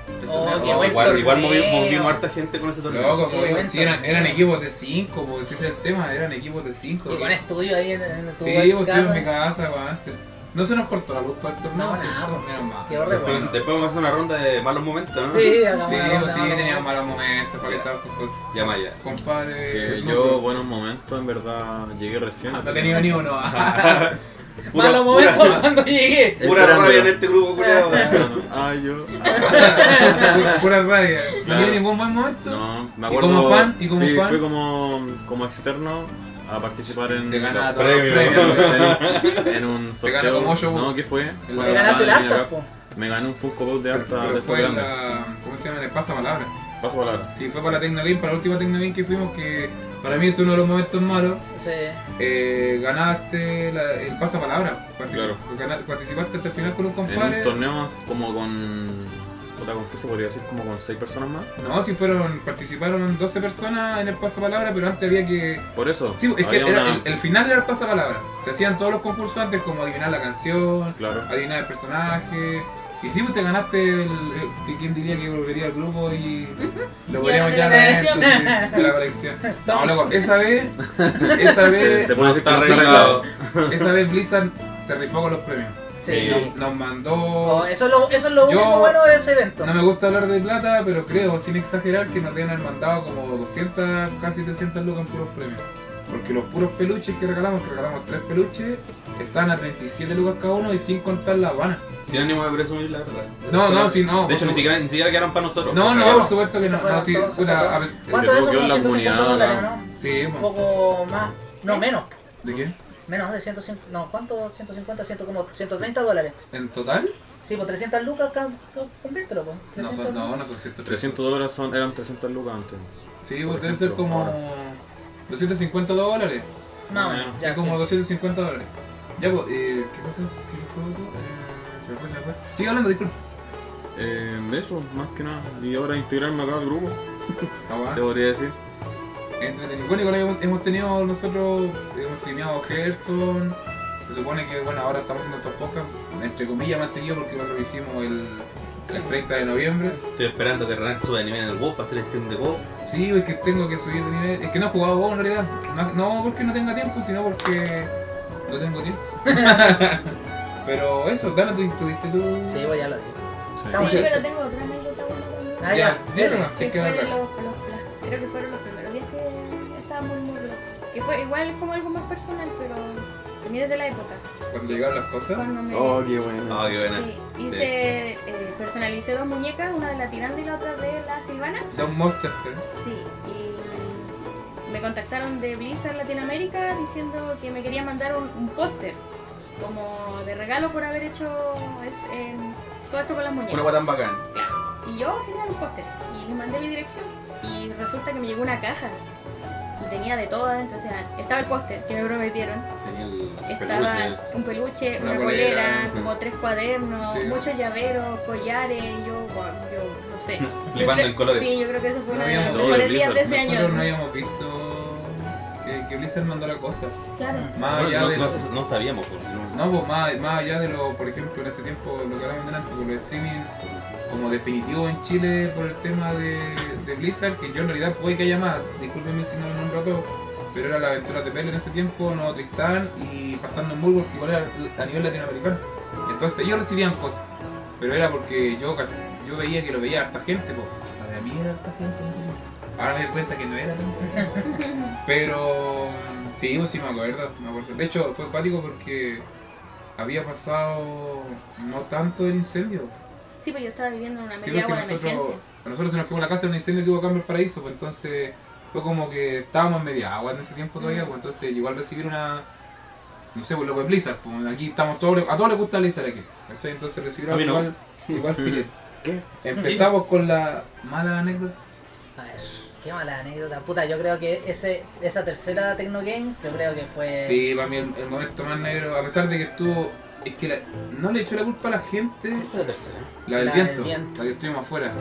Speaker 2: qué
Speaker 1: No,
Speaker 2: buen
Speaker 4: Igual, igual movi-
Speaker 2: torneo.
Speaker 4: movimos harta gente con ese torneo.
Speaker 1: Loco,
Speaker 2: Qué
Speaker 1: como
Speaker 2: buen
Speaker 1: si eran,
Speaker 2: torneo.
Speaker 1: eran equipos de 5, pues ese es el tema, eran equipos de 5.
Speaker 2: Y con estudio ahí en, en tu
Speaker 1: Sí,
Speaker 2: ex
Speaker 1: pues
Speaker 2: casa.
Speaker 1: estuve en mi casa, pues, antes. No se nos cortó la luz para el torneo,
Speaker 2: No,
Speaker 1: sí,
Speaker 2: nada, pues.
Speaker 1: menos mal.
Speaker 2: Qué
Speaker 1: Sí,
Speaker 2: horror,
Speaker 4: Después,
Speaker 2: bueno.
Speaker 4: después vamos a hacer una ronda de malos momentos, ¿no?
Speaker 2: Sí,
Speaker 1: pues,
Speaker 2: hagamos
Speaker 1: sí,
Speaker 2: una ronda, vamos.
Speaker 1: teníamos malos momentos, para que estábamos con cosas.
Speaker 4: Ya Maya.
Speaker 1: Compadre,
Speaker 3: Que
Speaker 1: Snoop
Speaker 3: yo,
Speaker 1: Dogg.
Speaker 3: buenos momentos, en verdad, llegué recién.
Speaker 1: no
Speaker 3: así
Speaker 1: he
Speaker 3: que-
Speaker 1: tenido ni uno.
Speaker 2: Malo
Speaker 4: pura,
Speaker 2: momento cuando llegué.
Speaker 4: pura
Speaker 3: Esperando.
Speaker 4: rabia en este grupo, culiao.
Speaker 3: No, no. Ah, yo.
Speaker 1: Pura rabia. No
Speaker 3: Claro.
Speaker 1: había ningún buen momento.
Speaker 3: No, me
Speaker 1: ¿Y
Speaker 3: acuerdo.
Speaker 1: como fan? ¿Y como
Speaker 3: fui,
Speaker 1: fan?
Speaker 3: fui como, como externo a participar en.
Speaker 1: Se gana
Speaker 3: en-
Speaker 1: todos los
Speaker 4: premios.
Speaker 1: premios. güey.
Speaker 3: En un
Speaker 1: Se
Speaker 3: sorteo.
Speaker 1: gana como yo,
Speaker 3: No,
Speaker 1: güey.
Speaker 3: ¿qué fue?
Speaker 1: Te
Speaker 3: Cuando
Speaker 2: Te ganaste pues,
Speaker 3: estaba
Speaker 2: el
Speaker 3: en
Speaker 2: hartas,
Speaker 3: Inacap,
Speaker 2: po.
Speaker 3: Me gané un Funko Pop de
Speaker 1: Pero-
Speaker 3: harta de
Speaker 1: Pero
Speaker 3: estos
Speaker 1: fue en
Speaker 3: grandes.
Speaker 1: la. ¿Cómo se llama? En el pasapalabra.
Speaker 3: Paso palabra.
Speaker 1: Sí, fue para la Tecnolink, para la última Tecnolink que fuimos, que para mí es uno de los momentos malos.
Speaker 2: Sí.
Speaker 1: eh, ganaste la, el pasapalabra. Partic-
Speaker 3: Claro.
Speaker 1: gana- participaste hasta el final con un
Speaker 3: En un
Speaker 1: compadre.
Speaker 3: torneo como con. puta, ¿Con qué se podría decir? Como con 6 personas más.
Speaker 1: No, si fueron, participaron 12 personas en el pasapalabra, pero antes había que.
Speaker 3: Por eso.
Speaker 1: Sí, es que
Speaker 3: había
Speaker 1: era-
Speaker 3: una-
Speaker 1: el, el final era el pasapalabra. Se hacían todos los concursos antes, como adivinar la canción,
Speaker 3: Claro.
Speaker 1: adivinar el personaje. Y si usted ganaste el, el- ¿Quién diría que volvería al grupo y lo
Speaker 5: Y
Speaker 1: podríamos
Speaker 5: ahora de
Speaker 1: ya
Speaker 5: la
Speaker 1: ver
Speaker 5: colección.
Speaker 1: entonces, de la colección? No, loco, esa vez, esa
Speaker 3: Se,
Speaker 1: vez,
Speaker 3: se puede decir que
Speaker 4: Está
Speaker 3: no
Speaker 4: arreglado.
Speaker 1: esa vez Blizzard se rifó con los premios.
Speaker 2: Sí.
Speaker 1: Nos, nos mandó.
Speaker 2: Oh, eso, es lo, eso es lo
Speaker 1: Yo-
Speaker 2: único bueno de ese evento.
Speaker 1: No me gusta hablar de plata, pero creo, sin exagerar, que nos deben haber mandado como 200, casi 300 lucas en puros premios. Porque los puros peluches que regalamos, que regalamos tres peluches, están a 37 lucas cada uno y sin contar la habana.
Speaker 4: Sin ánimo de presumir, la verdad.
Speaker 1: No, no, sí, no.
Speaker 4: De hecho,
Speaker 1: por
Speaker 4: ni
Speaker 1: su-
Speaker 4: siquiera, ni siquiera quedaron para nosotros.
Speaker 1: No, no,
Speaker 2: Sí,
Speaker 1: por
Speaker 2: no.
Speaker 1: supuesto que
Speaker 2: Sí,
Speaker 1: no.
Speaker 2: se fueron
Speaker 1: no, sí,
Speaker 2: todos, se
Speaker 1: puta,
Speaker 2: fueron
Speaker 1: a ver-
Speaker 2: ¿Cuánto
Speaker 3: Yo
Speaker 2: de eso?
Speaker 3: creo que
Speaker 2: Como
Speaker 3: la
Speaker 2: 150
Speaker 3: comunidad,
Speaker 2: dólares,
Speaker 3: la-
Speaker 2: ¿no?
Speaker 1: Sí,
Speaker 2: Un
Speaker 1: bueno.
Speaker 2: poco más. No, menos.
Speaker 1: ¿De qué?
Speaker 2: Menos de 150. No, ¿cuánto? 150, 100, como 130 dólares.
Speaker 1: ¿En total?
Speaker 2: Sí, pues 300 lucas, ca- ca- conviértelo, pues.
Speaker 1: No
Speaker 2: 300
Speaker 1: son, no,
Speaker 2: lucas.
Speaker 1: no son 130.
Speaker 3: 300 dólares son, eran 300 lucas antes.
Speaker 1: Sí,
Speaker 3: Por
Speaker 1: pues deben ser
Speaker 3: ejemplo,
Speaker 1: como
Speaker 3: ahora.
Speaker 1: 250 dólares.
Speaker 2: Más o menos,
Speaker 3: Sí,
Speaker 1: Sí,
Speaker 2: ya,
Speaker 1: como
Speaker 2: sí.
Speaker 1: 250 dólares. Ya, pues, eh, ¿qué pasa? ¿Qué juego? Eh, se me fue, se me fue. Sigue hablando, disculpa.
Speaker 3: Eh, eso, más que nada. Y ahora integrarme acá al grupo,
Speaker 1: No, va.
Speaker 3: se podría decir.
Speaker 1: entretenido. Bueno, igual hemos- hemos tenido nosotros, hemos tenido Hearthstone. Se supone que, bueno, ahora estamos haciendo estos podcasts, entre comillas, más seguido porque igual lo hicimos el, el 30 de noviembre.
Speaker 4: Estoy esperando que Renan suba de nivel en el WoW para hacer stream de WoW.
Speaker 1: Sí, es que tengo que subir de nivel. Es que no he jugado WoW en realidad. No, no porque no tenga tiempo, sino porque no tengo tiempo. Pero eso, Dana, tú tuviste tú.
Speaker 2: Sí, pues ya lo digo.
Speaker 3: Sí.
Speaker 2: Estamos-
Speaker 5: Sí, pero tengo otra anécdota buena.
Speaker 2: Ah, ya,
Speaker 1: Ya,
Speaker 2: dele.
Speaker 1: dele.
Speaker 5: Sí,
Speaker 1: Así que
Speaker 5: fue
Speaker 1: bacán.
Speaker 5: de los, los- las- creo que fueron los primeros días que estábamos en Muro. Que fue igual como algo más personal, pero también es de la época.
Speaker 1: Cuando llegaron las cosas.
Speaker 5: Cuando me
Speaker 3: Oh, qué bueno.
Speaker 4: Ah, qué buena.
Speaker 5: sí, hice, eh, personalicé dos muñecas, una de la tiranda y la otra de la Silvana.
Speaker 1: Sea un monster, pero.
Speaker 5: Sí, y me contactaron de Blizzard Latinoamérica diciendo que me querían mandar un, un póster como de regalo por haber hecho es, em, todo esto con las muñecas.
Speaker 4: Una guatán bacán.
Speaker 5: Claro. Y yo quería un póster y les mandé mi dirección y resulta que me llegó una caja y tenía de todo adentro. O sea, estaba el póster que me prometieron,
Speaker 4: Tenía el
Speaker 5: estaba
Speaker 4: peluche.
Speaker 5: un peluche,
Speaker 1: Una
Speaker 5: una, polera,
Speaker 1: polera,
Speaker 5: como tres cuadernos,
Speaker 1: Sí.
Speaker 5: muchos llaveros, collares, yo, bueno, yo no sé.
Speaker 4: Flipando
Speaker 5: Yo cre-
Speaker 4: en colores.
Speaker 5: Sí, yo creo que eso
Speaker 1: No
Speaker 5: fue uno de
Speaker 1: habíamos-
Speaker 5: los
Speaker 1: No, de
Speaker 5: mejores días de
Speaker 3: Blizzard.
Speaker 5: ese año.
Speaker 1: Nosotros no habíamos visto que, que Blizzard mandara cosas.
Speaker 5: Claro.
Speaker 1: Más
Speaker 4: Ah, Bueno,
Speaker 1: allá
Speaker 4: no,
Speaker 1: de
Speaker 4: no
Speaker 1: lo-
Speaker 4: se- no sabíamos, pues, no.
Speaker 1: No, pues más, más allá de lo, por ejemplo, en ese tiempo, lo que hablamos delante, por los streaming como definitivo en Chile por el tema de, de Blizzard, que yo en realidad puede que haya más, discúlpenme si no lo nombro a todos, pero era la aventura de Pele en ese tiempo, Nuevo Tristán y Pastando en Burgos, que igual era a nivel latinoamericano. Entonces ellos recibían cosas, pero era porque yo, ca- yo veía que lo veía harta gente, pues. Para mí era harta gente. Ahora me doy cuenta que no era tanta gente. Pero sí, pues sí me acuerdo, me acuerdo. De hecho, fue cuático porque había pasado no tanto el incendio.
Speaker 5: Sí, pero yo estaba viviendo en una
Speaker 1: Sí, porque
Speaker 5: media agua de
Speaker 1: nosotros,
Speaker 5: emergencia.
Speaker 1: a nosotros se nos quemó la casa en un incendio que hubo acá en Valparaíso, pues entonces fue como que estábamos en media agua en ese tiempo todavía,
Speaker 5: Mm.
Speaker 1: pues entonces igual recibir una, no sé, pues lo de Blizzard, pues aquí estamos todos, a todos les gusta Blizzard aquí, ¿cachai? Entonces recibir
Speaker 4: A mí no.
Speaker 1: igual, igual filete.
Speaker 3: ¿Qué?
Speaker 1: Empezamos con la mala anécdota.
Speaker 2: A ver, qué mala anécdota. Puta, yo creo que ese, esa tercera Tecno Games, yo creo que fue.
Speaker 1: Sí, para mí el, el momento más negro, a pesar de que estuvo. Es que la- no le echó la culpa a la gente,
Speaker 4: ¿Cuál fue la tercera?
Speaker 1: la del,
Speaker 2: La del
Speaker 1: viento,
Speaker 2: viento.
Speaker 1: la que estuvimos afuera.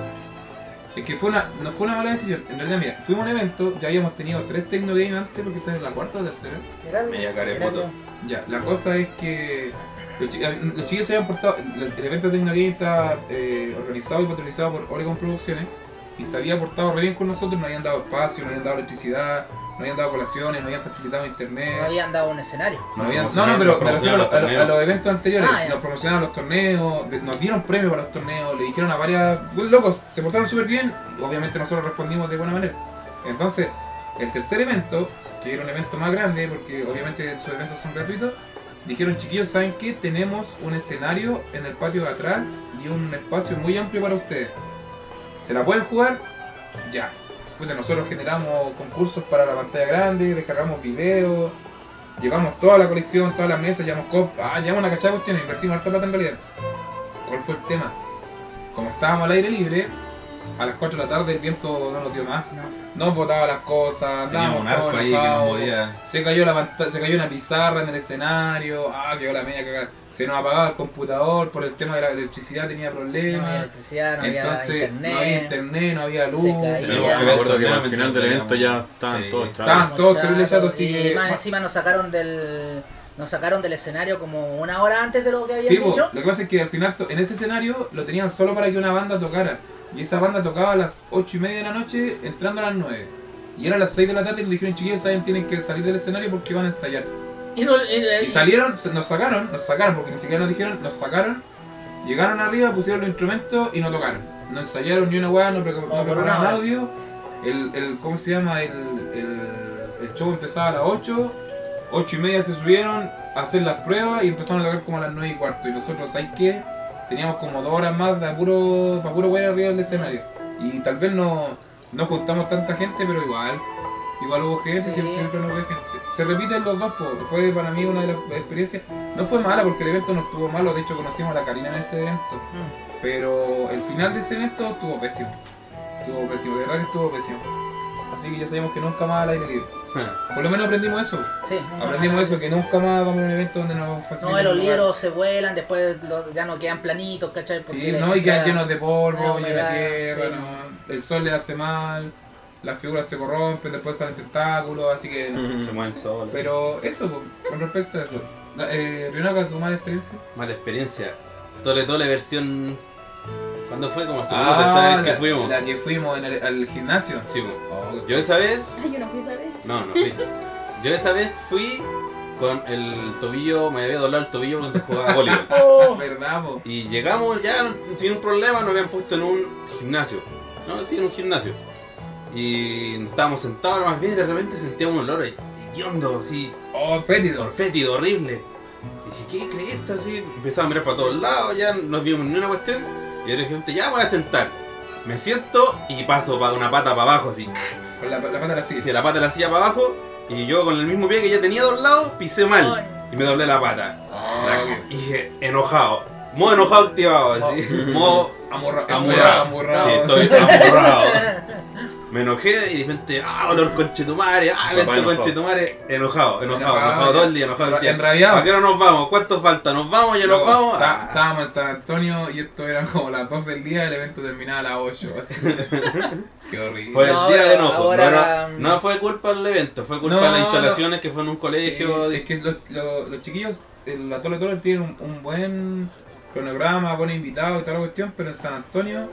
Speaker 1: Es que fue una, no fue una mala decisión. En realidad, mira, fuimos a un evento, ya habíamos tenido tres Tecno Games antes, porque esta es la cuarta o tercera.
Speaker 2: Era algo
Speaker 4: Media
Speaker 2: así,
Speaker 4: cara de
Speaker 2: era
Speaker 4: moto.
Speaker 2: algo-
Speaker 1: Ya, la cosa es que los, chi- los chiquillos se habían portado. El, el evento de Tecno Game está eh, organizado y patronizado por Oregon Producciones y se había portado re bien con nosotros. Nos habían dado espacio, nos habían dado electricidad, nos habían dado colaciones, nos habían facilitado internet.
Speaker 2: No habían dado un escenario.
Speaker 1: No, habían- no, no, pero me refiero a, los- a los- a los eventos anteriores.
Speaker 2: Ah, ya.
Speaker 1: nos promocionaron los torneos, de- nos dieron premios para los torneos, le dijeron a varias. "Güey, Locos, se portaron súper bien. Obviamente nosotros respondimos de buena manera. Entonces, el tercer evento, que era un evento más grande, porque obviamente sus eventos son gratuitos, dijeron, chiquillos, ¿saben qué? Tenemos un escenario en el patio de atrás y un espacio muy amplio para ustedes. ¿Se la pueden jugar? Ya. Puta, nosotros generamos concursos para la pantalla grande, descargamos videos, llevamos toda la colección, todas las mesas, llevamos cop, ah, llevamos una cachada de cuestiones, invertimos harta plata en realidad. ¿Cuál fue el tema? Como estábamos al aire libre, a las 4 de la tarde el viento no nos dio más.
Speaker 2: No.
Speaker 1: No botaba las cosas, andábamos
Speaker 4: Teníamos un
Speaker 1: todos
Speaker 4: arco ahí que no
Speaker 1: enojados.
Speaker 4: podía.
Speaker 1: Se cayó, la panta- se cayó una pizarra en el escenario, ah, quedó la media cagada. Se nos apagaba el computador por el tema de la electricidad, tenía
Speaker 2: No había
Speaker 1: problemas.
Speaker 2: electricidad, no
Speaker 1: Entonces,
Speaker 2: había internet.
Speaker 1: no había internet, no había luz.
Speaker 2: Se caía.
Speaker 3: Pero
Speaker 2: Ya.
Speaker 3: me acuerdo que al
Speaker 4: Torneo,
Speaker 3: final del evento ya estaban
Speaker 4: Sí.
Speaker 3: todos
Speaker 1: Estaban
Speaker 3: chavos.
Speaker 2: Estábamos
Speaker 1: todos terribles
Speaker 2: chatos,
Speaker 1: chatos, así
Speaker 2: y
Speaker 1: que-
Speaker 2: más encima nos sacaron del. Nos sacaron del escenario como una hora antes de lo que habían
Speaker 1: Sí, po,
Speaker 2: dicho.
Speaker 1: lo que pasa es que al final to- en ese escenario lo tenían solo para que una banda tocara. Y esa banda tocaba a las 8 y media de la noche, entrando a las 9. Y eran las 6 de la tarde y le dijeron, chiquillos, saben, tienen que salir del escenario porque van a ensayar.
Speaker 2: Y, no, y- y-
Speaker 1: Y salieron, se- nos sacaron, nos sacaron, porque ni siquiera nos dijeron, nos sacaron, llegaron arriba, pusieron los instrumentos y no tocaron. No ensayaron ni una weá, no, pre- no
Speaker 2: por
Speaker 1: prepararon
Speaker 2: una hora.
Speaker 1: audio. El, el, ¿cómo se llama? El, el- el show empezaba a las 8, 8 y media se subieron a hacer las pruebas y empezaron a tocar como a las 9 y cuarto. Y nosotros, ¿sabes qué? Teníamos como dos horas más de puro, para puro weá arriba del escenario. Y tal vez no, no juntamos tanta gente, pero igual. Igual hubo GS y
Speaker 2: Sí.
Speaker 1: siempre, siempre no hubo gente. Se repiten los dos, po. fue para mí una de las experiencias. No fue mala porque el evento no estuvo malo, de hecho conocimos a la Karina en ese evento.
Speaker 2: Mm.
Speaker 1: Pero el final de ese evento estuvo pésimo. Estuvo pésimo, de verdad que estuvo pésimo. Así que ya sabemos que nunca más al aire libre. Por lo menos aprendimos eso.
Speaker 2: Sí, nunca
Speaker 1: Aprendimos
Speaker 2: más.
Speaker 1: eso, que nunca más vamos a un evento donde nos faciliten
Speaker 2: No, los
Speaker 1: lugar.
Speaker 2: libros se vuelan, después lo- ya no quedan planitos, ¿cachai?
Speaker 1: Sí,
Speaker 2: la
Speaker 1: no, y
Speaker 2: gente
Speaker 1: quedan
Speaker 2: ya-
Speaker 1: llenos de polvo,
Speaker 2: No,
Speaker 1: llena la
Speaker 2: humedad,
Speaker 1: tierra,
Speaker 2: sí.
Speaker 1: no. el sol le hace mal, las figuras se corrompen, después salen tentáculos, así que...
Speaker 4: Se mueven solos.
Speaker 1: Pero eso, po, con respecto a eso. La- Eh, Rionaka, ¿tu mala experiencia?
Speaker 4: Mala experiencia. Tole Tole versión. ¿Cuándo fue? Como segunda o tercera vez que
Speaker 1: Ah, la,
Speaker 4: fuimos.
Speaker 1: La que fuimos en el- al gimnasio.
Speaker 4: Sí, po.
Speaker 1: Oh, qué-
Speaker 4: Yo esa vez.
Speaker 5: Ay, yo no fui a saber.
Speaker 1: Ah,
Speaker 4: No, no fui. Yo esa vez fui con el tobillo, me había doblado el tobillo cuando jugaba voleibol.
Speaker 1: Oh. ¿Verdad, po?
Speaker 4: Y llegamos ya sin un problema, nos habían puesto en un gimnasio. No, sí, en un gimnasio. Y estábamos sentados más bien y de repente sentíamos un olor hediondo, así,
Speaker 1: Oh, fétido.
Speaker 4: fétido, horrible. Y dije, ¿qué crees? Así, empezaba a mirar para todos lados, ya no vimos ni una cuestión. Y le dije, ya me voy a sentar. Me siento y paso pa- una pata para abajo, así.
Speaker 1: Con la, la pata la
Speaker 4: Y
Speaker 1: silla.
Speaker 4: se la pata la silla para abajo. Y yo con el mismo pie que ya tenía doblado, pisé mal. Y me doblé la pata.
Speaker 1: Ah, ok.
Speaker 4: Y dije, enojado. Modo enojado activado, así. Modo
Speaker 1: Amorra-
Speaker 4: Amurrado.
Speaker 1: amurrado.
Speaker 4: Sí, estoy amorrado. Me enojé y de repente, ah, olor conchetumare, ah,
Speaker 3: Papá
Speaker 4: evento
Speaker 3: enojado.
Speaker 4: conchetumare. Enojado, enojado, enojado,
Speaker 1: Enojado,
Speaker 4: todo el día, enojado todo el día.
Speaker 1: Enrabiado.
Speaker 4: ¿A qué hora nos vamos? ¿Cuánto falta? ¿Nos vamos? ¿Ya nos vamos?
Speaker 1: Está-
Speaker 4: Ah,
Speaker 1: Estábamos en San Antonio y esto era como las 12 del día, el evento terminaba a las 8. Qué horrible.
Speaker 4: Fue
Speaker 2: No,
Speaker 4: el día de enojo.
Speaker 2: ahora-
Speaker 4: No, no, no fue culpa del evento, fue culpa
Speaker 1: No,
Speaker 4: de las
Speaker 1: no.
Speaker 4: instalaciones que fue en un colegio.
Speaker 1: Sí, es que los, los- los chiquillos, el, la Tole Tole tiene un, un buen cronograma, buenos invitados y toda la cuestión, pero en San Antonio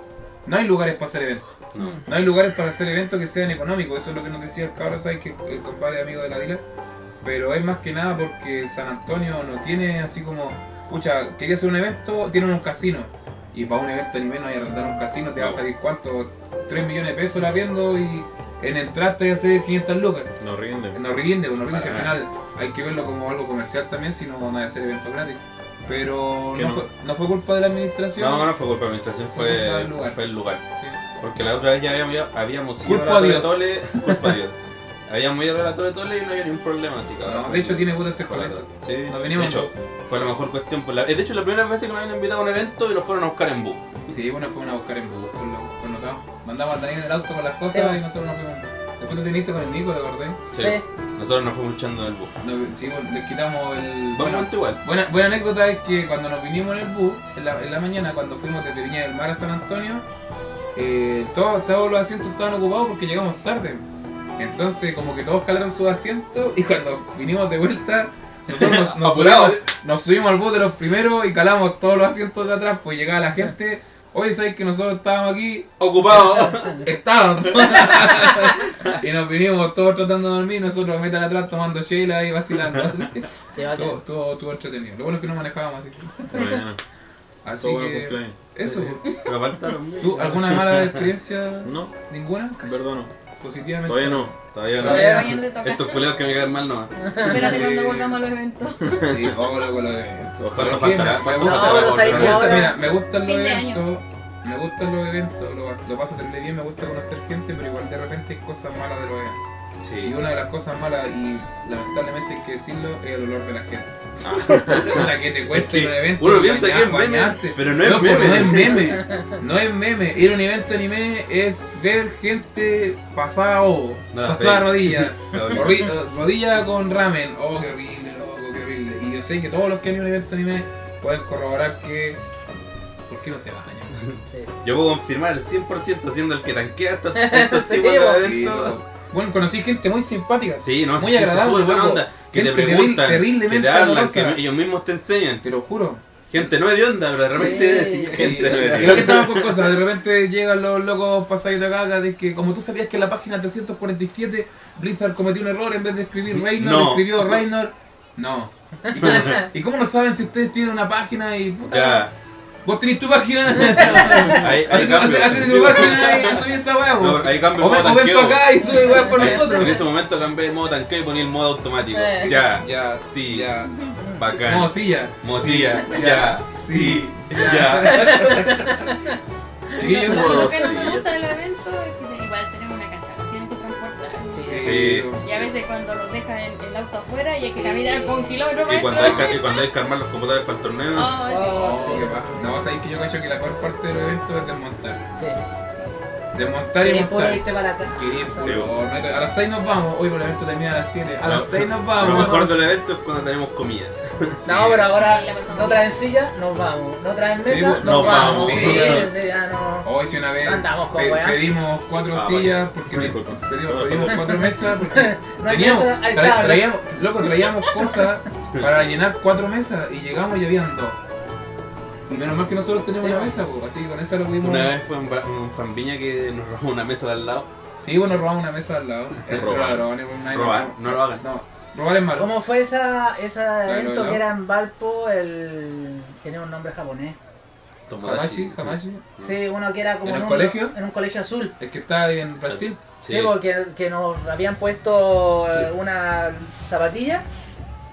Speaker 1: no hay lugares para hacer eventos.
Speaker 4: No.
Speaker 1: No hay lugares para hacer eventos que sean económicos, eso es lo que nos decía el cabrón, ¿sabes? Que el compadre amigo de la Dila. Pero es más que nada porque San Antonio no tiene así como, pucha, quería hacer un evento, tienen un casino. Y para un evento ni menos hay arrendar un casino, te va a
Speaker 4: No.
Speaker 1: salir cuánto, 3 millones de pesos la viendo y en entradas te va a hacer 500 lucas.
Speaker 3: No rinden.
Speaker 1: No rinde, no rinde, si al
Speaker 4: Para
Speaker 1: final hay que verlo como algo comercial también, si no van a hacer eventos gratis. Pero
Speaker 3: Que
Speaker 1: no,
Speaker 3: no.
Speaker 1: Fue, no fue culpa de la administración.
Speaker 4: No, no fue culpa de la administración,
Speaker 1: Fue culpa del
Speaker 4: fue,
Speaker 1: lugar.
Speaker 4: fue el lugar.
Speaker 1: Sí.
Speaker 4: Porque la otra vez ya habíamos, habíamos ido
Speaker 1: Culpa
Speaker 4: a la
Speaker 1: Dios.
Speaker 4: Tole Tole. Culpa Dios. Habíamos ido a la Tole Tole y no había ningún problema, así que ahora
Speaker 1: No,
Speaker 4: fue-
Speaker 1: de hecho, tiene puta ese
Speaker 4: Fue la
Speaker 1: colecto.
Speaker 4: Tole. Sí,
Speaker 1: Nos
Speaker 4: de
Speaker 1: venimos.
Speaker 4: hecho, fue la mejor cuestión. Por la... eh, De hecho, la primera vez que nos habían invitado a un evento y lo fueron a buscar en bus.
Speaker 1: Sí, bueno, fueron a buscar en Google con, lo- con los cabros. Mandamos a Daniel en el auto con las cosas
Speaker 2: Sí, va.
Speaker 1: y nosotros nos fuimos. Después tú te viniste con el Nico, ¿te acordás?
Speaker 4: Sí.
Speaker 2: Sí.
Speaker 4: Nosotros nos fuimos echando en el bus.
Speaker 1: Nos- sí, bueno, les quitamos el.
Speaker 4: Vamos
Speaker 1: bueno,
Speaker 4: igual.
Speaker 1: Buena, buena anécdota es que cuando nos vinimos en el bus, en la, en la mañana, cuando fuimos desde Viña del Mar a San Antonio, eh, todo- todos los asientos estaban ocupados porque llegamos tarde. Entonces, como que todos calaron sus asientos y cuando vinimos de vuelta, nosotros nos, nos
Speaker 4: Apurados.
Speaker 1: subimos, nos subimos al bus de los primeros y calamos todos los asientos de atrás, pues llegaba la gente. Oye, ¿sabes que nosotros estábamos aquí?
Speaker 4: Ocupado.
Speaker 1: Estábamos. y nos vinimos todos tratando de dormir, nosotros metan atrás tomando chela y vacilando. Así que
Speaker 2: Te va a
Speaker 1: Estuvo,
Speaker 2: quedar.
Speaker 1: estuvo, estuvo entretenido. Lo bueno es que no manejábamos así.
Speaker 3: Mañana.
Speaker 1: Así
Speaker 3: Todo bueno
Speaker 1: que.
Speaker 3: cumpleaños.
Speaker 1: Eso. pues.
Speaker 4: Pero faltaron.
Speaker 1: ¿Tú alguna mala experiencia?
Speaker 3: No,
Speaker 1: ¿Ninguna?
Speaker 3: perdón.
Speaker 1: Positivamente.
Speaker 3: Todavía no.
Speaker 4: Todavía no.
Speaker 5: Todavía no te toca.
Speaker 4: Estos culeos que me caen mal no.
Speaker 5: Espérate cuando volvamos a los eventos.
Speaker 1: Sí, vamos con lo de eventos.
Speaker 4: ¿Cuánto
Speaker 1: ¿Sabes qué?
Speaker 4: faltará?
Speaker 1: Me- me
Speaker 4: ¿Cuánto
Speaker 2: No,
Speaker 4: faltará?
Speaker 2: pero
Speaker 4: por
Speaker 2: sabéis
Speaker 1: Me
Speaker 2: que
Speaker 4: volver?
Speaker 1: gusta,
Speaker 2: ahora-
Speaker 1: mira, me gustan los
Speaker 5: Fin de año.
Speaker 1: eventos, me gustan los eventos, lo, pas- lo paso terrible bien, me gusta conocer gente, pero igual de repente hay cosas malas de los eventos. Y
Speaker 4: Sí.
Speaker 1: una de las cosas malas, y lamentablemente hay que decirlo, es el olor de la gente. la que te cuesta
Speaker 4: Ah. Es que
Speaker 1: ir a un evento.
Speaker 4: uno piensa que es meme,
Speaker 1: bañarte.
Speaker 4: pero no es
Speaker 1: Loco,
Speaker 4: meme.
Speaker 1: No es meme. No es meme. Ir a un evento anime es ver gente pasada o
Speaker 4: Nada,
Speaker 1: pasada
Speaker 4: fe.
Speaker 1: rodilla.
Speaker 4: Nada, fe.
Speaker 1: Horri- eh, rodilla con ramen. Oh, qué horrible, loco, qué horrible. Y yo sé que todos los que han ido a un evento anime pueden corroborar que. ¿Por qué no se bañan?
Speaker 2: Sí.
Speaker 4: Yo puedo confirmar el 100% siendo el que tanquea estos estos
Speaker 2: Sí,
Speaker 4: tipos de
Speaker 2: vos.
Speaker 1: Sí,
Speaker 4: eventos.
Speaker 1: loco. bueno, conocí gente muy simpática.
Speaker 4: Sí, no,
Speaker 1: Muy
Speaker 4: gente
Speaker 1: agradable,
Speaker 4: súper buena
Speaker 1: loco.
Speaker 4: onda. Que te
Speaker 1: Gente terri-
Speaker 4: preguntan, que
Speaker 1: terriblemente
Speaker 4: te hablan, que
Speaker 1: amorosa.
Speaker 4: ellos mismos te enseñan.
Speaker 1: Te lo juro.
Speaker 4: Gente no es de onda, pero de repente
Speaker 2: Sí.
Speaker 4: decís,
Speaker 2: Sí.
Speaker 4: gente no es de
Speaker 1: Y lo que estaba con cosas, de repente llegan los locos pasados de caca de que como tú sabías que en la página 347 Blizzard cometió un error en vez de escribir Reynor,
Speaker 4: No.
Speaker 1: escribió Reynor. No. ¿Y cómo, y cómo no saben si ustedes tienen una página y puta,
Speaker 4: Ya.
Speaker 1: vos tenés tu página? Ahí
Speaker 4: Ahí, ahí
Speaker 1: que hace-
Speaker 4: cambio.
Speaker 1: hace
Speaker 4: Sí,
Speaker 1: tu página y subí esa weá,
Speaker 4: No,
Speaker 1: vos.
Speaker 4: ahí cambio
Speaker 1: O
Speaker 4: el modo
Speaker 1: ven, o ven
Speaker 4: tanqueo.
Speaker 1: para acá y sube weá por
Speaker 4: Ahí- En
Speaker 1: nosotros.
Speaker 4: ese momento cambié el modo tanqueo y poní el modo automático.
Speaker 2: Eh.
Speaker 4: Ya,
Speaker 1: Ya,
Speaker 4: sí,
Speaker 1: ya.
Speaker 4: bacán.
Speaker 1: No, sí, ya.
Speaker 4: Mosilla, ya, sí, ya.
Speaker 1: Sí,
Speaker 5: Lo, lo
Speaker 1: vos.
Speaker 5: que no me gusta de los eventos es que igual tenemos una casa, tienes que transportar.
Speaker 2: Sí,
Speaker 1: Sí,
Speaker 4: Sí.
Speaker 5: Y a veces cuando los dejan el, el auto afuera y hay que caminar con kilómetros
Speaker 4: Y
Speaker 5: para
Speaker 4: cuando hay,
Speaker 5: adentro.
Speaker 4: que- y cuando hay que armar los computadores para el torneo.
Speaker 5: Oh,
Speaker 2: Oh,
Speaker 1: Oh,
Speaker 2: sí.
Speaker 1: qué paja. No, sabéis que yo cacho que la peor parte del evento es desmontar.
Speaker 2: Sí.
Speaker 1: Desmontar y
Speaker 2: Querés por
Speaker 1: montar.
Speaker 2: irte para acá.
Speaker 1: Quería saber,
Speaker 4: Sí,
Speaker 1: oh, no, a las 6 nos vamos. Hoy por el evento termina a las 7. A las
Speaker 4: Lo-
Speaker 1: 6 nos
Speaker 4: Lo
Speaker 1: vamos.
Speaker 4: mejor del evento es cuando tenemos comida.
Speaker 2: No, pero ahora
Speaker 5: Sí, la pasamos
Speaker 2: no traen silla, nos vamos. No traen
Speaker 1: Sí,
Speaker 2: mesa,
Speaker 1: pues,
Speaker 2: nos
Speaker 4: nos vamos,
Speaker 2: vamos.
Speaker 1: sí,
Speaker 2: Sí,
Speaker 1: claro.
Speaker 2: sí, ya no.
Speaker 1: Hoy si una vez
Speaker 2: Andamos con weá.
Speaker 1: pedimos cuatro
Speaker 4: Ah,
Speaker 1: sillas porque
Speaker 3: Disculpa.
Speaker 1: pedimos, pedimos cuatro mesas porque
Speaker 2: No hay
Speaker 1: teníamos-
Speaker 2: mesa,
Speaker 1: tra-
Speaker 2: hay tabla.
Speaker 1: traíamos, loco, traíamos cosas para llenar cuatro mesas y llegamos y habían dos. Y menos mal que nosotros tenemos
Speaker 2: Sí,
Speaker 1: una
Speaker 2: va.
Speaker 1: mesa, pues, así que con esa lo pudimos.
Speaker 4: Una vez fue un, ba- un fanviña que nos robó una mesa de al lado.
Speaker 1: Sí, bueno, robamos una mesa al lado. Es
Speaker 4: Robar.
Speaker 1: ladrones, pues, nadie-
Speaker 4: Robar, no lo hagan.
Speaker 1: No, robar es malo.
Speaker 2: ¿Cómo fue esa, ese evento
Speaker 1: no.
Speaker 2: que era en Valpo? El... Tenía un nombre japonés.
Speaker 1: Hamachi, Hamashi.
Speaker 2: Sí, uno que era como
Speaker 1: ¿En el
Speaker 2: un
Speaker 1: colegio?
Speaker 2: En un colegio azul.
Speaker 1: Es que está ahí en Brasil.
Speaker 2: Sí, porque que nos habían puesto eh, una zapatilla.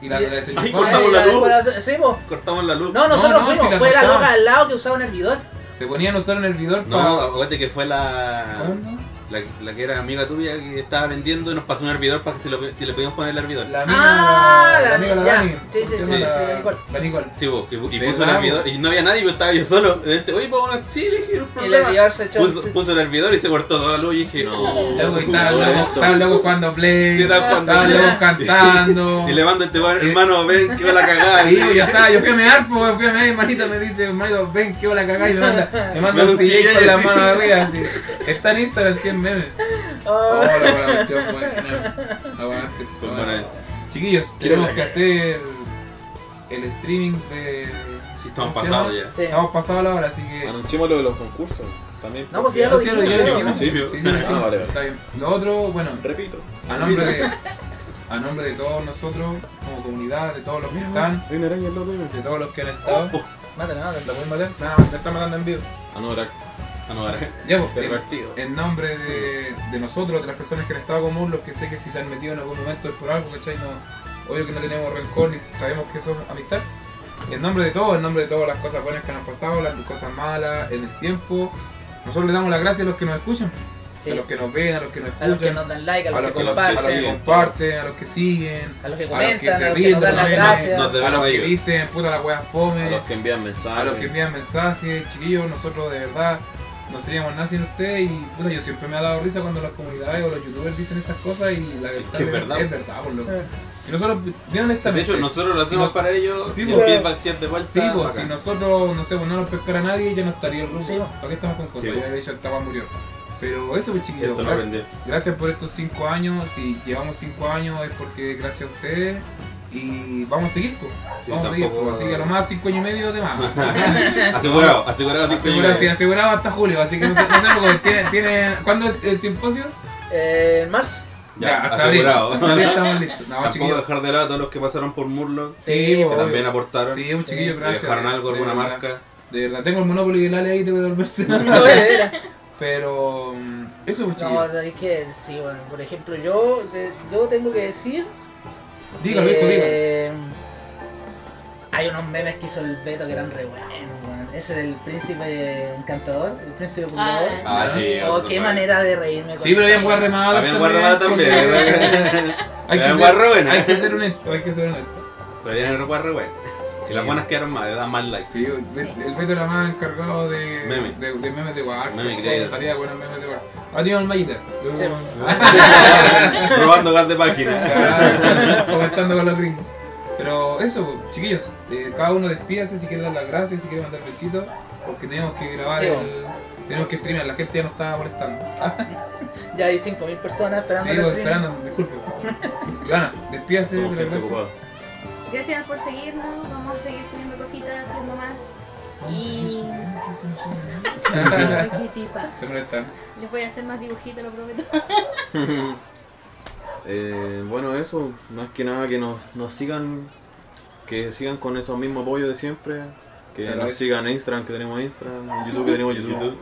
Speaker 1: Y la
Speaker 2: Ay,
Speaker 1: desechupamos.
Speaker 4: cortamos
Speaker 2: Eh,
Speaker 4: la luz.
Speaker 2: después- sí, po.
Speaker 4: Cortamos la luz.
Speaker 2: No, nosotros
Speaker 1: no,
Speaker 2: fuimos.
Speaker 1: si la
Speaker 2: fue la
Speaker 1: cortaban.
Speaker 2: loca al lado que usaba un hervidor.
Speaker 1: Se ponían a usar un hervidor
Speaker 4: No, ah.
Speaker 1: para.
Speaker 4: acuérdate que fue la,
Speaker 1: Ah. ¿Cuándo?
Speaker 4: la, la que era amiga tuya que estaba vendiendo y nos pasó un hervidor para que si, lo- si le podíamos poner el hervidor.
Speaker 1: La
Speaker 2: Ah, la
Speaker 1: amiga
Speaker 2: ni- ya.
Speaker 1: Dani.
Speaker 2: Sí,
Speaker 1: ¿Cómo
Speaker 2: sí,
Speaker 1: se
Speaker 2: sí,
Speaker 1: llama
Speaker 2: sí,
Speaker 1: la-
Speaker 2: sí, la Nicole.
Speaker 1: La Nicole.
Speaker 4: Sí, vos, y, y
Speaker 1: Le
Speaker 4: puso el
Speaker 1: damos.
Speaker 4: hervidor y no había nadie, pero estaba yo solo. De repente, Oye, pongo una... Sí, le dije, no hay
Speaker 2: Y el
Speaker 4: problema.
Speaker 2: hervidor se echó.
Speaker 4: Puso, puso el hervidor y se cortó toda la luz y dije, "Oh". no.
Speaker 1: Luego estaban
Speaker 3: Hola,
Speaker 1: locos-
Speaker 3: Beto.
Speaker 1: estaban locos jugando play.
Speaker 4: Sí, estaban jugando
Speaker 1: estaban
Speaker 4: Play.
Speaker 1: locos cantando.
Speaker 4: Y le mando este weón, hermano, ven, que va la cagada.
Speaker 1: Eh. Sí, yo estaba, yo fui a mear, pues, fui a mear y manito me dice, hermanito, ven, que hola cagá y me manda, me manda un
Speaker 4: Manda un
Speaker 1: sillón con
Speaker 4: sillón,
Speaker 1: la
Speaker 4: sí.
Speaker 1: mano arriba, así. Está en Instagram 100 memes. Oh,
Speaker 2: Oh,
Speaker 1: la buena cuestión, buena. Aguante,
Speaker 4: Fue un
Speaker 1: aguante.
Speaker 4: buen evento.
Speaker 1: Chiquillos, tenemos que hacer el streaming de...
Speaker 4: Sí, estamos pasados ya.
Speaker 2: sí.
Speaker 1: Estamos pasados la hora, así que...
Speaker 3: Eh, Anunciamos lo de los concursos. También.
Speaker 2: No, pues
Speaker 3: porque-
Speaker 2: ya lo
Speaker 1: Sí,
Speaker 2: dijimos,
Speaker 1: ya
Speaker 2: creo,
Speaker 1: dijimos,
Speaker 2: ¿no?
Speaker 1: sí,
Speaker 4: principio.
Speaker 1: sí, lo dijimos.
Speaker 3: Ah, vale, vale.
Speaker 1: Está bien. Lo otro, bueno,
Speaker 3: Repito.
Speaker 1: a nombre de, a nombre de todos nosotros, como comunidad, de todos los que están,
Speaker 3: Hay una araña al lado mío.
Speaker 1: de todos los que han estado.
Speaker 2: Oh, Mátala, mátala.
Speaker 1: ¿La voy a matar? No, la están matando en vivo.
Speaker 3: Ah, no, era
Speaker 4: Ah, no, ahora.
Speaker 1: Ya, pues, en,
Speaker 3: pervertido.
Speaker 1: en nombre de, de nosotros, de las personas que han estado con Moon, los que sé que si se han metido en algún momento es por algo, ¿cachai? No, obvio que no tenemos rencor y sabemos que somos amistad. En nombre de todo, en nombre de todas las cosas buenas que nos han pasado, las cosas malas, en el tiempo, nosotros le damos las gracias a los que nos escuchan, a los
Speaker 2: Sí.
Speaker 1: que nos ven, a los que nos
Speaker 2: A los que
Speaker 1: escuchan,
Speaker 2: nos dan like, a
Speaker 1: a
Speaker 2: los
Speaker 1: los
Speaker 2: que
Speaker 1: que nos- a los que
Speaker 2: comparten,
Speaker 3: siguen.
Speaker 1: comparten, a los que siguen,
Speaker 2: a los que
Speaker 1: a los que
Speaker 2: comentan, a
Speaker 1: se
Speaker 2: los que
Speaker 1: ríen,
Speaker 2: nos
Speaker 1: de
Speaker 2: dan
Speaker 1: los
Speaker 2: las
Speaker 1: memes,
Speaker 2: gracias.
Speaker 4: Nos
Speaker 1: a
Speaker 4: debemos
Speaker 1: los
Speaker 4: a
Speaker 1: que
Speaker 4: ellos.
Speaker 1: dicen, puta la wea fome,
Speaker 3: A los que envían mensajes.
Speaker 1: a los Ah, que envían mensajes, chiquillos, nosotros de verdad no seríamos nada sin ustedes y puta, yo siempre me ha dado risa cuando las comunidades o los youtubers dicen esas cosas y la verdad
Speaker 4: que es verdad.
Speaker 1: es verdad, por loco.
Speaker 2: Eh.
Speaker 1: Si nosotros, bien
Speaker 4: De
Speaker 1: honestamente,
Speaker 4: hecho, nosotros lo hacemos
Speaker 1: Sí,
Speaker 4: para ellos.
Speaker 1: sí,
Speaker 4: y
Speaker 1: pues.
Speaker 4: el feedback siempre igual.
Speaker 1: sí,
Speaker 4: está
Speaker 1: pues,
Speaker 4: bacán.
Speaker 1: si nosotros, no sé, pues, no nos pescara nadie ya no estaría el grupo.
Speaker 2: Sí, pues.
Speaker 1: ¿Para qué estamos con cosas?
Speaker 4: Sí, pues.
Speaker 1: ya de hecho el tapa murió. Pero eso pues chiquillos,
Speaker 4: Esto no
Speaker 1: gracias,
Speaker 4: aprendí.
Speaker 1: gracias por estos cinco años, si llevamos cinco años es porque gracias a ustedes y vamos a seguir, pues.
Speaker 4: Sí,
Speaker 1: vamos a seguir,
Speaker 4: tampoco-
Speaker 1: pues. así que a lo más cinco años y medio de más.
Speaker 4: Asegurado, asegurado así
Speaker 1: Asegurado, sí, asegurado hasta julio, así que no sé, no sé porque tiene, tiene- ¿Cuándo es el simposio?
Speaker 2: Eh, ¿En marzo?
Speaker 4: Ya,
Speaker 1: hasta abril.
Speaker 4: asegurado.
Speaker 1: Hasta abril estamos listos. No,
Speaker 4: Tampoco
Speaker 1: chiquillos.
Speaker 4: dejar de lado a todos los que pasaron por Murloc, que
Speaker 2: Sí,
Speaker 1: Sí,
Speaker 2: pues,
Speaker 1: obvio.
Speaker 4: también aportaron.
Speaker 1: Sí, un chiquillo,
Speaker 2: Sí,
Speaker 1: gracias.
Speaker 4: dejaron algo,
Speaker 1: De
Speaker 4: alguna
Speaker 1: verdad.
Speaker 4: marca.
Speaker 1: De verdad, tengo el Monopoly del Ale ahí, tengo que devolverse.
Speaker 2: No, era.
Speaker 1: eh. Pero. mm, Eso, pues,
Speaker 2: No,
Speaker 1: chiquillos.
Speaker 2: es que sí, bueno, por ejemplo, yo, de- yo tengo que decir.
Speaker 1: Dígalo,
Speaker 2: que,
Speaker 1: viejo, dígalo.
Speaker 2: Eh, Hay unos memes que hizo el Beto que eran re buenos, weón. Ese del príncipe encantador, el príncipe fundador.
Speaker 5: Ah,
Speaker 4: Ah, sí.
Speaker 2: oh,
Speaker 4: eso
Speaker 2: qué
Speaker 4: fue.
Speaker 2: manera de reírme con
Speaker 1: Sí, pero
Speaker 2: esa
Speaker 1: bien guarre
Speaker 2: weá.
Speaker 1: mala.
Speaker 4: Habían guardado también.
Speaker 1: Hay que,
Speaker 4: Habían
Speaker 1: ser,
Speaker 4: guarro buena.
Speaker 1: hay que ser honesto, hay que ser honesto.
Speaker 4: Pero vienen el guarro bueno. Si las
Speaker 1: Sí.
Speaker 4: buenas quedaron más, le dan más likes.
Speaker 1: Sí, el Beto era más encargado de,
Speaker 4: Meme.
Speaker 1: de, de memes de guarda.
Speaker 4: Meme,
Speaker 1: sí,
Speaker 4: creo.
Speaker 1: salía buenos memes de guarda. Ah, tiene Almayita.
Speaker 2: Sí.
Speaker 4: Robando gas de página.
Speaker 1: Claro, comentando con los gringos. Pero eso, po, chiquillos, eh, cada uno despídase si quiere dar las gracias, si quiere mandar besitos, porque tenemos que grabar
Speaker 2: Sí, po.
Speaker 1: el- Tenemos que streamear, la gente ya nos está molestando.
Speaker 2: Ya hay 5.000 personas esperando
Speaker 1: Sigo
Speaker 2: el stream.
Speaker 1: esperando, disculpe. Gana, despídase,
Speaker 3: Somos
Speaker 1: pero
Speaker 3: gente
Speaker 1: gracias.
Speaker 3: ocupada.
Speaker 5: Gracias por seguirnos, vamos a seguir subiendo cositas, haciendo más. Y...
Speaker 1: Ah,
Speaker 5: Ay, qué tipas.
Speaker 1: Se molestan.
Speaker 5: Les voy a hacer más dibujitos, lo prometo.
Speaker 3: Eh, bueno, eso, más que nada que nos, nos sigan, que sigan con esos mismos apoyos de siempre, que
Speaker 1: Se
Speaker 3: nos
Speaker 1: agradece.
Speaker 3: sigan en Instagram, que tenemos Instagram, en YouTube, que tenemos YouTube.
Speaker 4: YouTube.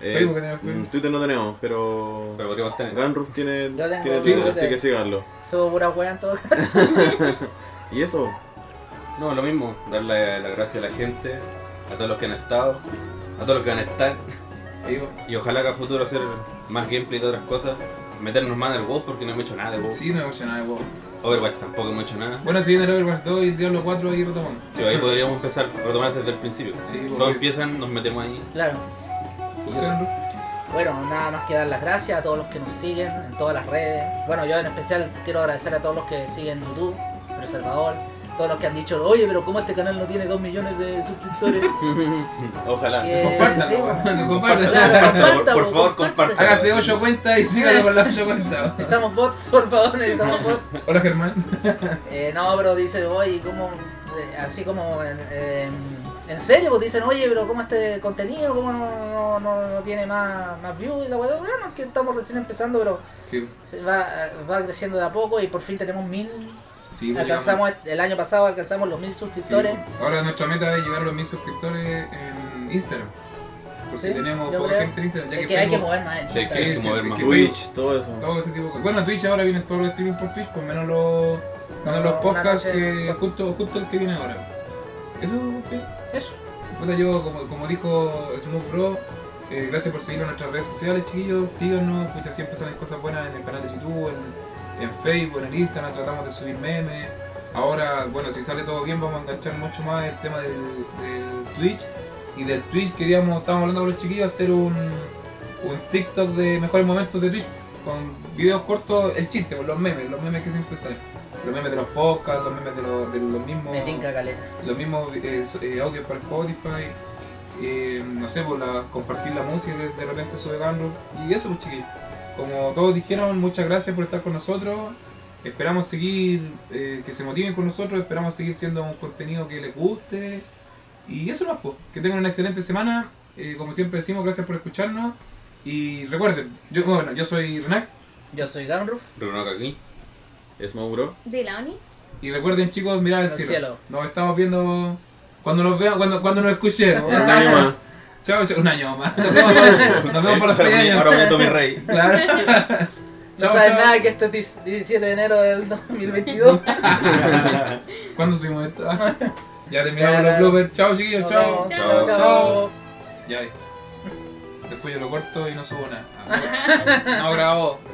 Speaker 3: Eh,
Speaker 1: Facebook que tenemos Facebook.
Speaker 3: mm, Twitter no tenemos, pero,
Speaker 4: Pero podríamos tener.
Speaker 3: Gunroof tiene,
Speaker 2: Yo tengo
Speaker 3: tiene
Speaker 2: Twitter.
Speaker 3: Twitter, así que síganlo.
Speaker 2: Subo pura weá en todo caso.
Speaker 3: Y eso,
Speaker 4: No, lo mismo. Darle la gracia a la gente, a todos los que han estado, a todos los que van a estar.
Speaker 1: Sigo.
Speaker 4: Y ojalá que a futuro hacer más gameplay de otras cosas. meternos más en el WoW porque no hemos hecho nada de WoW.
Speaker 1: Sí, no me gusta nada de WoW.
Speaker 4: Overwatch tampoco hemos hecho nada.
Speaker 1: Bueno, si viene el Overwatch 2 y Diablo 4 ahí retomamos.
Speaker 4: Sí, ahí podríamos empezar a retomar desde el principio.
Speaker 1: Sí,
Speaker 4: Todos
Speaker 1: porque-
Speaker 4: empiezan, nos metemos ahí.
Speaker 2: Claro. Eh,
Speaker 1: Claro.
Speaker 2: Bueno, nada más que dar las gracias a todos los que nos siguen en todas las redes. Bueno, yo en especial quiero agradecer a todos los que siguen YouTube, El Salvador, todos los que han dicho, oye, pero ¿cómo este canal no tiene 2 millones de suscriptores?
Speaker 3: Ojalá.
Speaker 2: Que- sí,
Speaker 1: Compártanlo,
Speaker 2: bueno.
Speaker 1: compártanlo,
Speaker 2: Claro,
Speaker 1: compártanlo.
Speaker 2: comparta,
Speaker 4: Por- por
Speaker 2: po,
Speaker 4: favor,
Speaker 2: comparta.
Speaker 4: comparta.
Speaker 1: Hágase 8 cuentas y sígalo con las 8 cuentas.
Speaker 2: Necesitamos bots, por favor, necesitamos bots.
Speaker 1: Hola Germán.
Speaker 2: Eh, no, pero dice, oye, ¿cómo? eh, así como, en, eh, en serio, pues dicen, oye, pero ¿cómo este contenido? ¿Cómo no, no- no- no tiene más, más views? Y la weá, bueno, es que estamos recién empezando, pero
Speaker 1: Sí,
Speaker 2: se va, va creciendo de a poco y por fin tenemos mil.
Speaker 1: sí,
Speaker 2: Alcanzamos, el año pasado alcanzamos los mil suscriptores.
Speaker 1: Sí, Ahora nuestra meta es llegar a los mil suscriptores en Instagram. Porque
Speaker 2: Sí,
Speaker 1: tenemos
Speaker 2: yo
Speaker 1: poca
Speaker 2: creo.
Speaker 1: gente en Instagram. Ya
Speaker 2: es que,
Speaker 1: que,
Speaker 2: hay que
Speaker 1: tengo
Speaker 2: mover más. en
Speaker 4: Sí,
Speaker 2: Instagram.
Speaker 4: sí. Hay que mover más.
Speaker 1: que
Speaker 3: Twitch, todo eso.
Speaker 1: todo ese tipo de cosas. Bueno, Twitch ahora vienen todos los streaming por Twitch, por menos los, menos los
Speaker 2: Una
Speaker 1: podcasts
Speaker 2: noche-
Speaker 1: que justo, justo el que viene ahora. Eso, ¿qué?
Speaker 2: Eso.
Speaker 1: Puta, yo, como, como dijo Smooth Bro, eh, gracias por seguirnos en nuestras redes sociales, chiquillos. Síganos, pucha, siempre salen cosas buenas en el canal de YouTube, en, en Facebook, en Instagram. Tratamos de subir memes. Ahora, bueno, si sale todo bien, vamos a enganchar mucho más el tema del, del Twitch. Y del Twitch queríamos, estábamos hablando con los chiquillos, hacer un, un TikTok de mejores momentos de Twitch con videos cortos, el chiste, con los memes, los memes que siempre salen. Los memes de los podcasts, los memes de los, de los mismos
Speaker 2: Me tinca caleta.
Speaker 1: los mismos eh, so- eh, audios para Spotify, eh, no sé, por la, compartir la música que de repente sube Gandalf, y eso, pues chiquillos. Como todos dijeron, muchas gracias por estar con nosotros. Esperamos seguir, eh, que se motiven con nosotros, esperamos seguir siendo un contenido que les guste. Y eso no, pues, que tengan una excelente semana. Eh, como siempre decimos, gracias por escucharnos. Y recuerden, yo, bueno, yo soy Renac.
Speaker 2: Yo soy Gunroof.
Speaker 4: Reconozco aquí.
Speaker 3: Es Mauro.
Speaker 5: De la ONI.
Speaker 1: Y recuerden, chicos, mirar al
Speaker 2: Al
Speaker 1: cielo.
Speaker 2: cielo.
Speaker 1: Nos estamos viendo cuando nos vean, cuando, cuando nos escuchen.
Speaker 3: Un año más.
Speaker 1: Chao, chao. Un año más. Nos vemos, nos vemos por los 6
Speaker 4: Ahora
Speaker 1: años.
Speaker 4: bonito mi rey.
Speaker 1: Claro.
Speaker 2: No
Speaker 1: Chao,
Speaker 2: saben
Speaker 1: chao.
Speaker 2: nada que esto es 17 de enero del 2022.
Speaker 1: ¿Cuándo subimos esto? Ya terminamos
Speaker 2: Claro.
Speaker 1: los bloopers. Chao, chiquillos.
Speaker 2: Nos
Speaker 1: Chao.
Speaker 2: vemos. chao. chao.
Speaker 1: Ya listo. Después yo lo corto y no subo nada. No grabo.